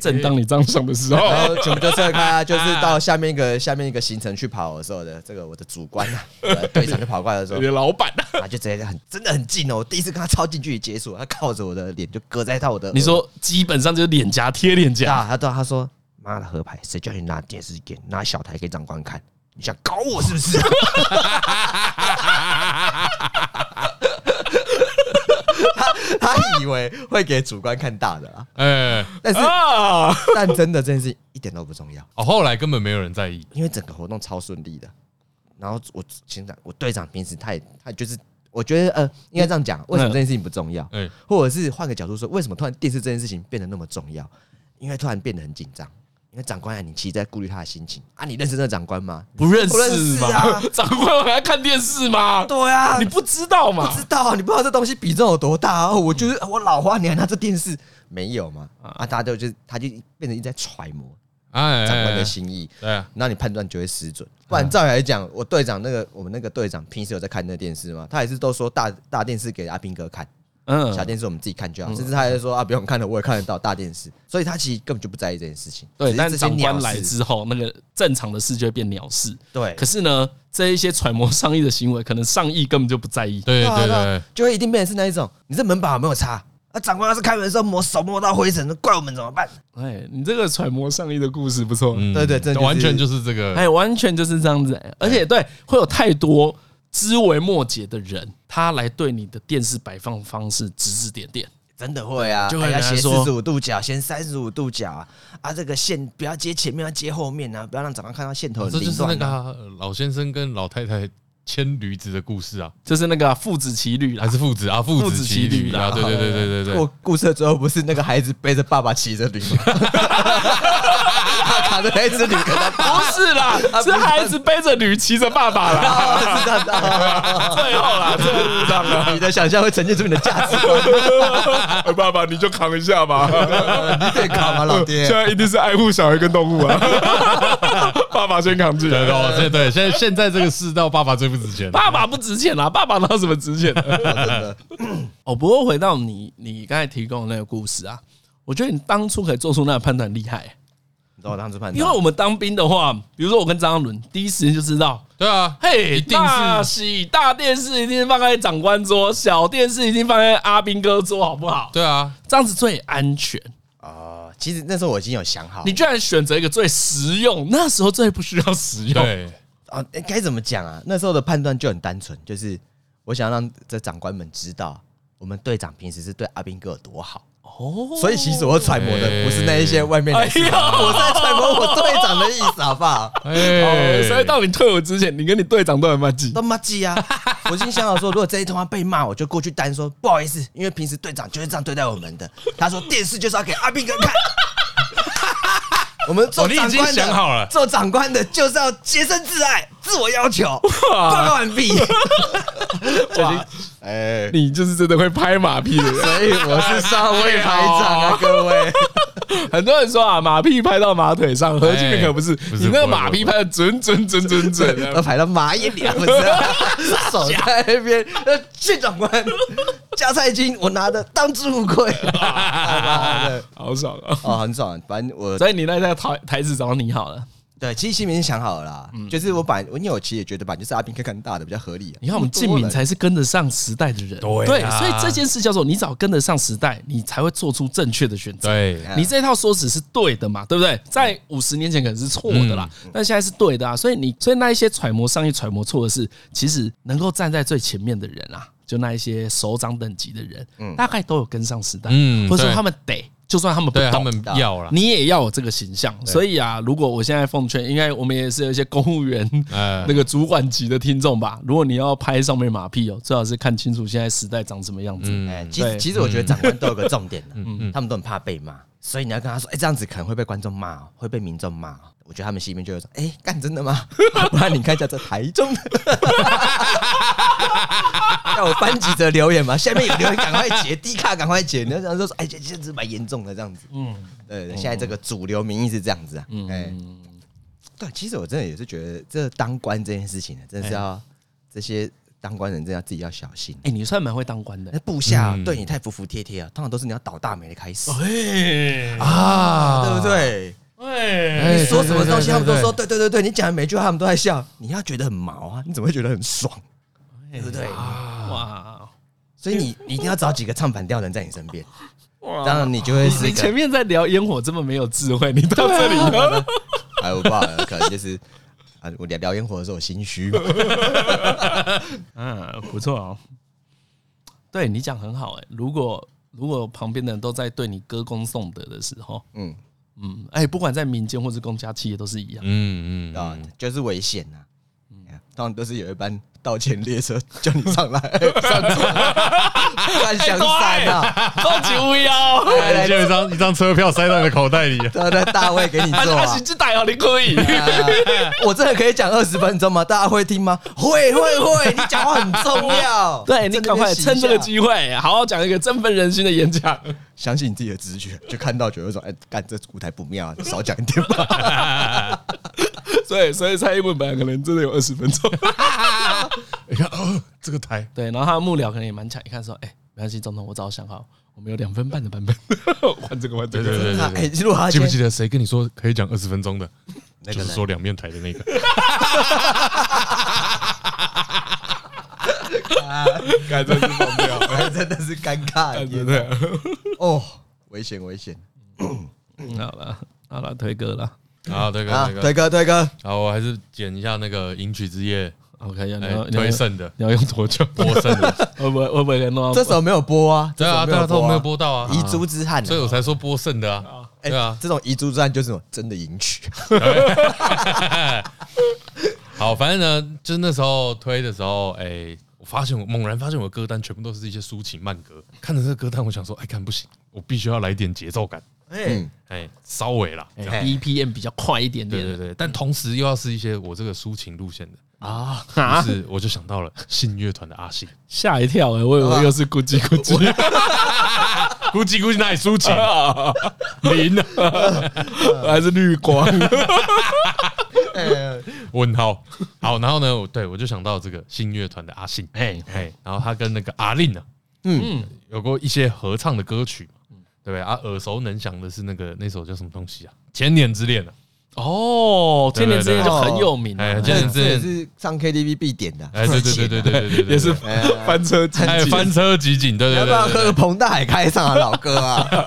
Speaker 1: 正当你这样想的时候，
Speaker 2: 然后全部就撤开啊，就是到下面一个下面一个行程去跑的时候的这个我的主观 啊，呃队长就跑过来的时候
Speaker 1: 你，的老板，啊
Speaker 2: 他就直接很真的很近哦，我第一次跟他超近距离接触，他靠着我的脸就搁在他我的，
Speaker 1: 你说基本上就是脸颊贴脸颊，
Speaker 2: 啊，他对他说妈的合牌，谁叫你拿电视给拿小台给长官看？你想搞我是不 是？他他以为会给主观看大的啦，
Speaker 3: 哎，
Speaker 2: 但是
Speaker 1: 啊，
Speaker 2: 但真的这件事情一点都不重要，
Speaker 3: 哦，后来根本没有人在意，
Speaker 2: 因为整个活动超顺利的。然后我警长，我队长平时他也他就是，我觉得呃，应该这样讲，为什么这件事情不重要？
Speaker 3: 哎，
Speaker 2: 或者是换个角度说，为什么突然电视这件事情变得那么重要？因为突然变得很紧张，因为长官啊，你其实在顾虑他的心情啊。你认识那个长官吗？
Speaker 1: 不认
Speaker 2: 不认
Speaker 1: 识
Speaker 2: 识
Speaker 1: 嘛
Speaker 2: 啊？
Speaker 1: 长官还看电视吗？
Speaker 2: 对啊
Speaker 1: 你
Speaker 2: 你不
Speaker 1: 不知道嘛？
Speaker 2: 知道啊，你不知道这东西比重有多大啊！我觉得我老花，你还拿这电视没有嘛？啊，大家就就他就变成一直在揣摩
Speaker 3: 哎，
Speaker 2: 长官
Speaker 3: 哎
Speaker 2: 的，心意，
Speaker 3: 对啊，
Speaker 2: 那你判断就会失准。不然照理来讲，我队长那个我们那个队长平时有在看那个电视吗？他也是都说大大电视给阿兵哥看。
Speaker 1: 嗯
Speaker 2: 小电视我们自己看就好，甚至他还说啊不用看了，我也看得到大电视，所以他其实根本就不在意这件事情。
Speaker 1: 对，
Speaker 2: 只
Speaker 1: 但
Speaker 2: 是这些
Speaker 1: 长
Speaker 2: 鸟
Speaker 1: 官
Speaker 2: 事
Speaker 1: 来之后，那个正常的事就会变鸟事。
Speaker 2: 对
Speaker 1: 可是呢，这一些揣摩上意的行为，可能上意根本就不在意。
Speaker 3: 对
Speaker 2: 对啊
Speaker 3: 对
Speaker 2: 对啊
Speaker 3: 对，
Speaker 2: 就会一定变成是那一种，你这门把有没有擦？啊，长官要是开门的时候摸手摸到灰尘，怪我们怎么办？
Speaker 1: 哎，你这个揣摩上意的故事不错，
Speaker 3: 嗯
Speaker 2: 对对这就是
Speaker 3: 完全就是这个，
Speaker 1: 哎，完全就是这样子。哎而且对，会有太多枝微末节的人，他来对你的电视摆放方式指指点点。
Speaker 2: 真的会啊，
Speaker 1: 就会
Speaker 2: 哎
Speaker 1: 跟
Speaker 2: 要
Speaker 1: 他
Speaker 2: 斜
Speaker 1: 说
Speaker 2: 四十五度角，斜三十五度角啊，啊这个线不要接前面，要接后面啊，不要让长官看到线头
Speaker 1: 哦
Speaker 2: 很
Speaker 3: 这就
Speaker 2: 凌
Speaker 3: 是那
Speaker 2: 乱
Speaker 3: 个
Speaker 2: 啊。
Speaker 3: 啊老先生跟老太太牵驴子的故事啊，
Speaker 1: 就是那个父子骑驴啦
Speaker 3: 还，是父子啊，父
Speaker 1: 父子
Speaker 3: 子
Speaker 1: 骑
Speaker 3: 骑
Speaker 1: 驴
Speaker 3: 驴
Speaker 1: 啦
Speaker 3: 啊，对对对对对
Speaker 2: 我
Speaker 3: 对，
Speaker 2: 故事的最后不是那个孩子背着爸爸骑着驴吗？他扛着那只驴跟他爸
Speaker 1: 不是
Speaker 3: 啊
Speaker 1: 啦，是孩子背着驴骑着爸爸啦。
Speaker 2: 爸，知道知道。
Speaker 1: 最后啦，最后就是这样啦。
Speaker 2: 你的想象会呈现出你的价值观，
Speaker 1: 哎爸爸，你就扛一下 吧。
Speaker 2: 你得考吗，老爹？
Speaker 1: 在一定是爱护小孩跟动物啊！ 爸爸先扛起
Speaker 3: 对对哦对对，现在现在这个世道，爸爸最不值钱，
Speaker 1: 爸爸不值钱啊，爸爸哪有什么值钱的？
Speaker 2: 真的
Speaker 1: 哦，不过回到你你刚才提供的那个故事啊，我觉得你当初可以做出那个判断厉害。
Speaker 2: 你知道我当时判断，
Speaker 1: 因为我们当兵的话，比如说我跟张伦第一时间就知道，
Speaker 3: 对啊，
Speaker 1: 嘿，
Speaker 3: 一定
Speaker 1: 大
Speaker 3: 是，
Speaker 1: 喜大电视一定放在长官桌，小电视一定放在阿兵哥桌，好不好？
Speaker 3: 对啊，
Speaker 1: 这样子最安全。
Speaker 2: 哦，其实那时候我已经有想好
Speaker 1: 你居然选择一个最实用，那时候最不需要实用。
Speaker 3: 对，哎
Speaker 2: 啊，诶该怎么讲啊？那时候的判断就很单纯，就是我想让这长官们知道，我们队长平时是对阿兵哥有多好。
Speaker 1: 哦，
Speaker 2: 所以其实我揣摩的不是那一些外面
Speaker 1: 哎
Speaker 2: 的事，
Speaker 1: 呀，
Speaker 2: 我在揣摩我队长的意思，好不好？
Speaker 1: 哦
Speaker 3: 哎，
Speaker 1: 所以到你退伍之前，你跟你队长都很默契。
Speaker 2: 都妈鸡啊！我心想好说，如果这一通话被骂，我就过去单说不好意思，因为平时队长就是这样对待我们的。他说电视就是要给阿兵哥看。 我们做
Speaker 3: 哦你已
Speaker 2: 长官的，
Speaker 3: 经想好了
Speaker 2: 做长官的就是要洁身自爱，自我要求。报告完毕。哇，哎，
Speaker 1: 你就是真的会拍马屁的人。
Speaker 2: 所以我是上位排长啊，各位。
Speaker 1: 很多人说啊，马屁拍到马腿上，何俊明可不是，
Speaker 3: 哎不是
Speaker 1: 你那个
Speaker 3: 不会
Speaker 1: 马屁拍的准准准准准
Speaker 2: 要
Speaker 1: 的。
Speaker 2: 排到马眼两个字，手在那边，呃，谢长官，加菜金，我拿的当之无愧。
Speaker 1: 好爽啊！
Speaker 2: 哦，很爽，反正我
Speaker 1: 所以你那在台台子找你好了。
Speaker 2: 对，其实心里面想好了啦，就是我把，因为我其实也觉得吧，就是阿兵哥看大的比较合理、啊。
Speaker 1: 你看，我们敬敏才是跟得上时代的人，
Speaker 3: 对啊
Speaker 1: 所以这件事叫做你只要跟得上时代，你才会做出正确的选择。
Speaker 3: 对，
Speaker 1: 你这套说辞是对的嘛，对不对？在五十年前可能是错的啦，但现在是对的啊。所以你，所以那一些揣摩上意、揣摩错的事，其实能够站在最前面的人啊，就那一些首长等级的人，大概都有跟上时代，
Speaker 3: 嗯
Speaker 1: 或者说
Speaker 3: 对
Speaker 1: 他们得，就算他们不
Speaker 3: 对
Speaker 1: 懂，
Speaker 3: 他们要了，
Speaker 1: 你也要有这个形象。所以啊，如果我现在奉劝，应该我们也是有一些公务员、
Speaker 3: 呃
Speaker 1: 那个主管级的听众吧，如果你要拍上面马屁哦，最好是看清楚现在时代长什么样子。
Speaker 3: 嗯
Speaker 2: 哎、其
Speaker 1: 对
Speaker 2: 实其实我觉得长官都有个重点的、他们都很怕被骂，所以你要跟他说，哎、这样子可能会被观众骂、哦，会被民众骂、哦。我觉得他们心里面就会说，哎、干真的吗？ 不然你看一下这台中的， 要我翻几则留言嘛，下面有留言赶快截，低卡赶快截，你要这样说，哎、这这这蛮严重的这样子。嗯，对，现在这个主流民意是这样子啊，哎、
Speaker 1: 嗯
Speaker 2: 对，啊其实我真的也是觉得，这当官这件事情呢，真的是要、这些当官人真的要自己要小心。啊
Speaker 1: 哎、你算蛮会当官的
Speaker 2: 那。部下
Speaker 3: 嗯
Speaker 2: 对你太服服帖帖啊，通常都是你要倒大霉的开始，
Speaker 1: 哎
Speaker 3: 啊
Speaker 2: 对不？对？
Speaker 1: 哎，
Speaker 3: 哎
Speaker 2: 你说什么东西，他们都说，
Speaker 3: 对
Speaker 2: 对对对对，你讲的每句话他们都在笑，你要觉得很毛啊，你怎么会觉得很爽？ 对
Speaker 3: 哎
Speaker 2: 不对？
Speaker 1: 哇！
Speaker 2: 所以你你一定要找几个唱反调的人在你身边，当然你就会是
Speaker 1: 你
Speaker 2: 一
Speaker 1: 前
Speaker 2: 个，
Speaker 1: 面在聊烟火这么没有智慧，你到这里了，
Speaker 2: 哎，我不好，可能就是啊，我聊聊烟火的时候我心虚嘛，
Speaker 1: 嗯，不错哦。对你讲很好哎、如果如果旁边的人都在对你歌功颂德的时候，
Speaker 2: 嗯
Speaker 1: 嗯，哎、不管在民间或是公家企业都是一样。
Speaker 3: 嗯嗯嗯
Speaker 2: 啊，就是危险呐。通常都是有一班道歉列车 叫你上来，上 车，看香
Speaker 3: 哎
Speaker 2: 山啊，
Speaker 1: 高级乌鸦，
Speaker 2: 来来
Speaker 3: 就一张一张车票塞到你的口 袋里，
Speaker 2: 都在大卫给你
Speaker 1: 他
Speaker 2: 坐
Speaker 1: 他
Speaker 2: 啊
Speaker 1: 是。只大哦，你可以。
Speaker 2: 啊 我真的可以讲二十分钟吗？大家会听吗？会会会，你讲话很重 要。
Speaker 1: 对你
Speaker 2: 在那边
Speaker 1: 赶快
Speaker 2: 洗一
Speaker 1: 趁这个
Speaker 2: 下，
Speaker 1: 机会，好好讲一个振奋人心的演讲。
Speaker 2: 相信你自己的直觉，就看到觉得说，哎，干这舞台不妙 啊，少讲一点吧。
Speaker 1: 所以，所以蔡英文本来可能真的有二十分钟。
Speaker 2: 哎
Speaker 3: 你看哦，这个台
Speaker 1: 对，然后他的幕僚可能也蛮强，一看说，哎、没关系，总统，我早想好，我们有两分半的版本，换这个，换这个。
Speaker 3: 对对
Speaker 2: 那 哎，如果他
Speaker 3: 记
Speaker 2: 今
Speaker 3: 不
Speaker 2: 天
Speaker 3: 记得谁跟你说可以讲二十分钟的？
Speaker 2: 那个
Speaker 3: 就是
Speaker 2: 人
Speaker 3: 说两面台的 那个，感觉是疯掉。
Speaker 2: 哎真的是尴尬
Speaker 1: 对
Speaker 2: 耶
Speaker 1: 对，
Speaker 2: 哦，危险危险
Speaker 1: 嗯好了，好了，推歌了。
Speaker 3: 好，推
Speaker 2: 啊！
Speaker 3: 哥，推
Speaker 2: 推哥
Speaker 3: 哥，
Speaker 2: 推哥，
Speaker 3: 好，我还是剪一下那个迎娶之夜，
Speaker 1: OK，要你
Speaker 3: 哎
Speaker 1: 要，你要
Speaker 3: 推 剩的，
Speaker 1: 你要用多久？
Speaker 3: 播剩 的，
Speaker 1: 会不会会不会给弄到？
Speaker 2: 这首没有播啊，
Speaker 3: 对啊，
Speaker 2: 这
Speaker 3: 对
Speaker 2: 首
Speaker 3: 啊，都没有
Speaker 2: 啊。
Speaker 3: 播到啊，
Speaker 2: 遗珠之憾啊，
Speaker 3: 所以我才说播剩的啊，对
Speaker 2: 哎
Speaker 3: 啊，，
Speaker 2: 这种遗珠之憾就是那种真的迎 娶，
Speaker 3: 好，反正呢，就是那时候推的时候，哎、我发现我猛然发现我的歌单全部都是一些抒情慢歌。看着这个歌单，我想说，哎、看不行，我必须要来点节奏感，
Speaker 2: 嗯，
Speaker 3: 哎、稍微啦，这样
Speaker 1: 哎 BPM 比较快一点
Speaker 3: 对
Speaker 1: 点
Speaker 3: 对对，但同时又要是一些我这个抒情路线的。
Speaker 1: 啊！
Speaker 3: 于
Speaker 1: 啊
Speaker 3: 是我就想到了信乐团的阿信，
Speaker 1: 吓一跳哎，我以为又是咕叽咕 叽。
Speaker 3: 估计估计那里抒情零啊
Speaker 1: 还是绿光。
Speaker 2: 哎
Speaker 3: 问号。好，然后呢，我对我就想到这个信乐团的阿信，
Speaker 1: 哎，
Speaker 3: 哎，然后他跟那个阿令啊，
Speaker 2: 嗯
Speaker 3: 有过一些合唱的歌曲嘛，对不对啊？耳熟能详的是那个那首叫什么东西啊？千年之恋啊，
Speaker 1: 哦，千年之恋就很有名啊，
Speaker 3: 哎，千
Speaker 2: 这
Speaker 3: 年之
Speaker 2: 这也
Speaker 3: 恋，
Speaker 2: 是上 KTV 必点的，
Speaker 3: 哎，对对对对对对对对，对
Speaker 1: 也是
Speaker 2: 哎呀
Speaker 1: 翻车经
Speaker 3: 哎
Speaker 1: 济。
Speaker 3: 翻车集锦，对
Speaker 2: 要
Speaker 3: 对
Speaker 2: 不要
Speaker 3: 对
Speaker 2: 喝
Speaker 3: 对
Speaker 2: 个彭大海开上啊，老哥啊？
Speaker 3: 对，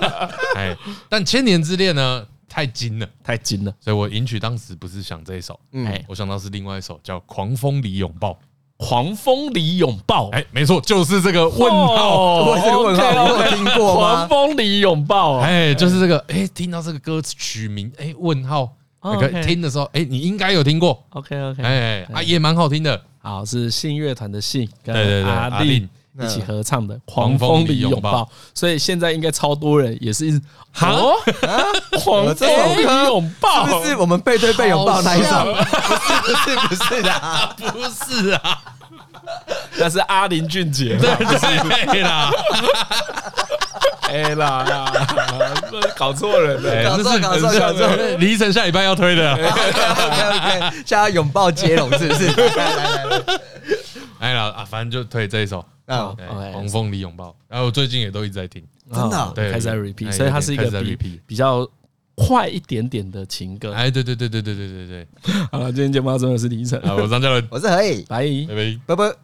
Speaker 3: 哎，但千年之恋呢太精了，
Speaker 1: 太精了，
Speaker 3: 所以我迎娶当时不是想这一首，
Speaker 1: 哎，
Speaker 3: 我想到是另外一首叫《狂风里拥抱》。
Speaker 1: 狂风里拥抱，
Speaker 3: 哎，没错，就是这个问号。
Speaker 1: 哦
Speaker 2: 我这个问号
Speaker 1: OK，OK
Speaker 2: 你有听过吗
Speaker 1: 狂风里拥抱，哎，
Speaker 3: 哎，就是这个，哎，听到这个歌曲名，哎，问号，
Speaker 1: 哦
Speaker 3: 那个
Speaker 1: OK
Speaker 3: 听的时候，哎，你应该有听过，
Speaker 1: OK OK，
Speaker 3: 哎，啊，也蛮好听的，
Speaker 1: 好，是信乐团的信跟
Speaker 3: 对对对
Speaker 1: 阿
Speaker 3: 阿令
Speaker 2: 嗯
Speaker 3: 嗯
Speaker 1: 令一起合唱的《
Speaker 3: 狂
Speaker 1: 狂
Speaker 3: 风
Speaker 1: 风
Speaker 3: 里
Speaker 1: 里
Speaker 3: 拥
Speaker 1: 拥
Speaker 3: 抱
Speaker 1: 抱》，所以现在应该超多人也是一直
Speaker 3: 哈
Speaker 1: 哦， 狂
Speaker 2: 这首
Speaker 1: 风里拥抱，
Speaker 2: 是不啊是我们背对背拥抱那一
Speaker 1: 好
Speaker 2: 首？不是不是不是的啊，
Speaker 3: 不是啊，
Speaker 1: 那是阿林俊杰啦，
Speaker 3: 对啦，
Speaker 1: 哎啦啦，搞错人
Speaker 3: 哎
Speaker 1: 了。
Speaker 2: 搞错搞错
Speaker 3: 很像
Speaker 2: 搞错
Speaker 3: 啊黎晨下礼拜要推 的啊，
Speaker 2: OK OK，叫他拥抱接龙是不是？来来来来，
Speaker 3: 哎啦，啊，反正就推这一首，
Speaker 2: 嗯，
Speaker 3: 哎
Speaker 1: OK
Speaker 3: 狂风里拥抱，然后我最近也都一直在听，
Speaker 2: 真的哦
Speaker 3: 对
Speaker 1: 开始在
Speaker 3: 对
Speaker 1: repeat，
Speaker 3: 哎
Speaker 1: 所以它
Speaker 3: 有点
Speaker 1: 是一
Speaker 3: 开
Speaker 1: 个
Speaker 3: 始在
Speaker 1: 比
Speaker 3: repeat
Speaker 1: 比较快一点点的情歌。
Speaker 3: 哎，对对对对对对对对对，
Speaker 1: 好了，今天节目到这，我是李晨，
Speaker 3: 啊，我是张嘉伦，
Speaker 2: 我是何以，
Speaker 1: 拜。
Speaker 3: 拜
Speaker 2: 拜
Speaker 3: 拜。
Speaker 2: 拜。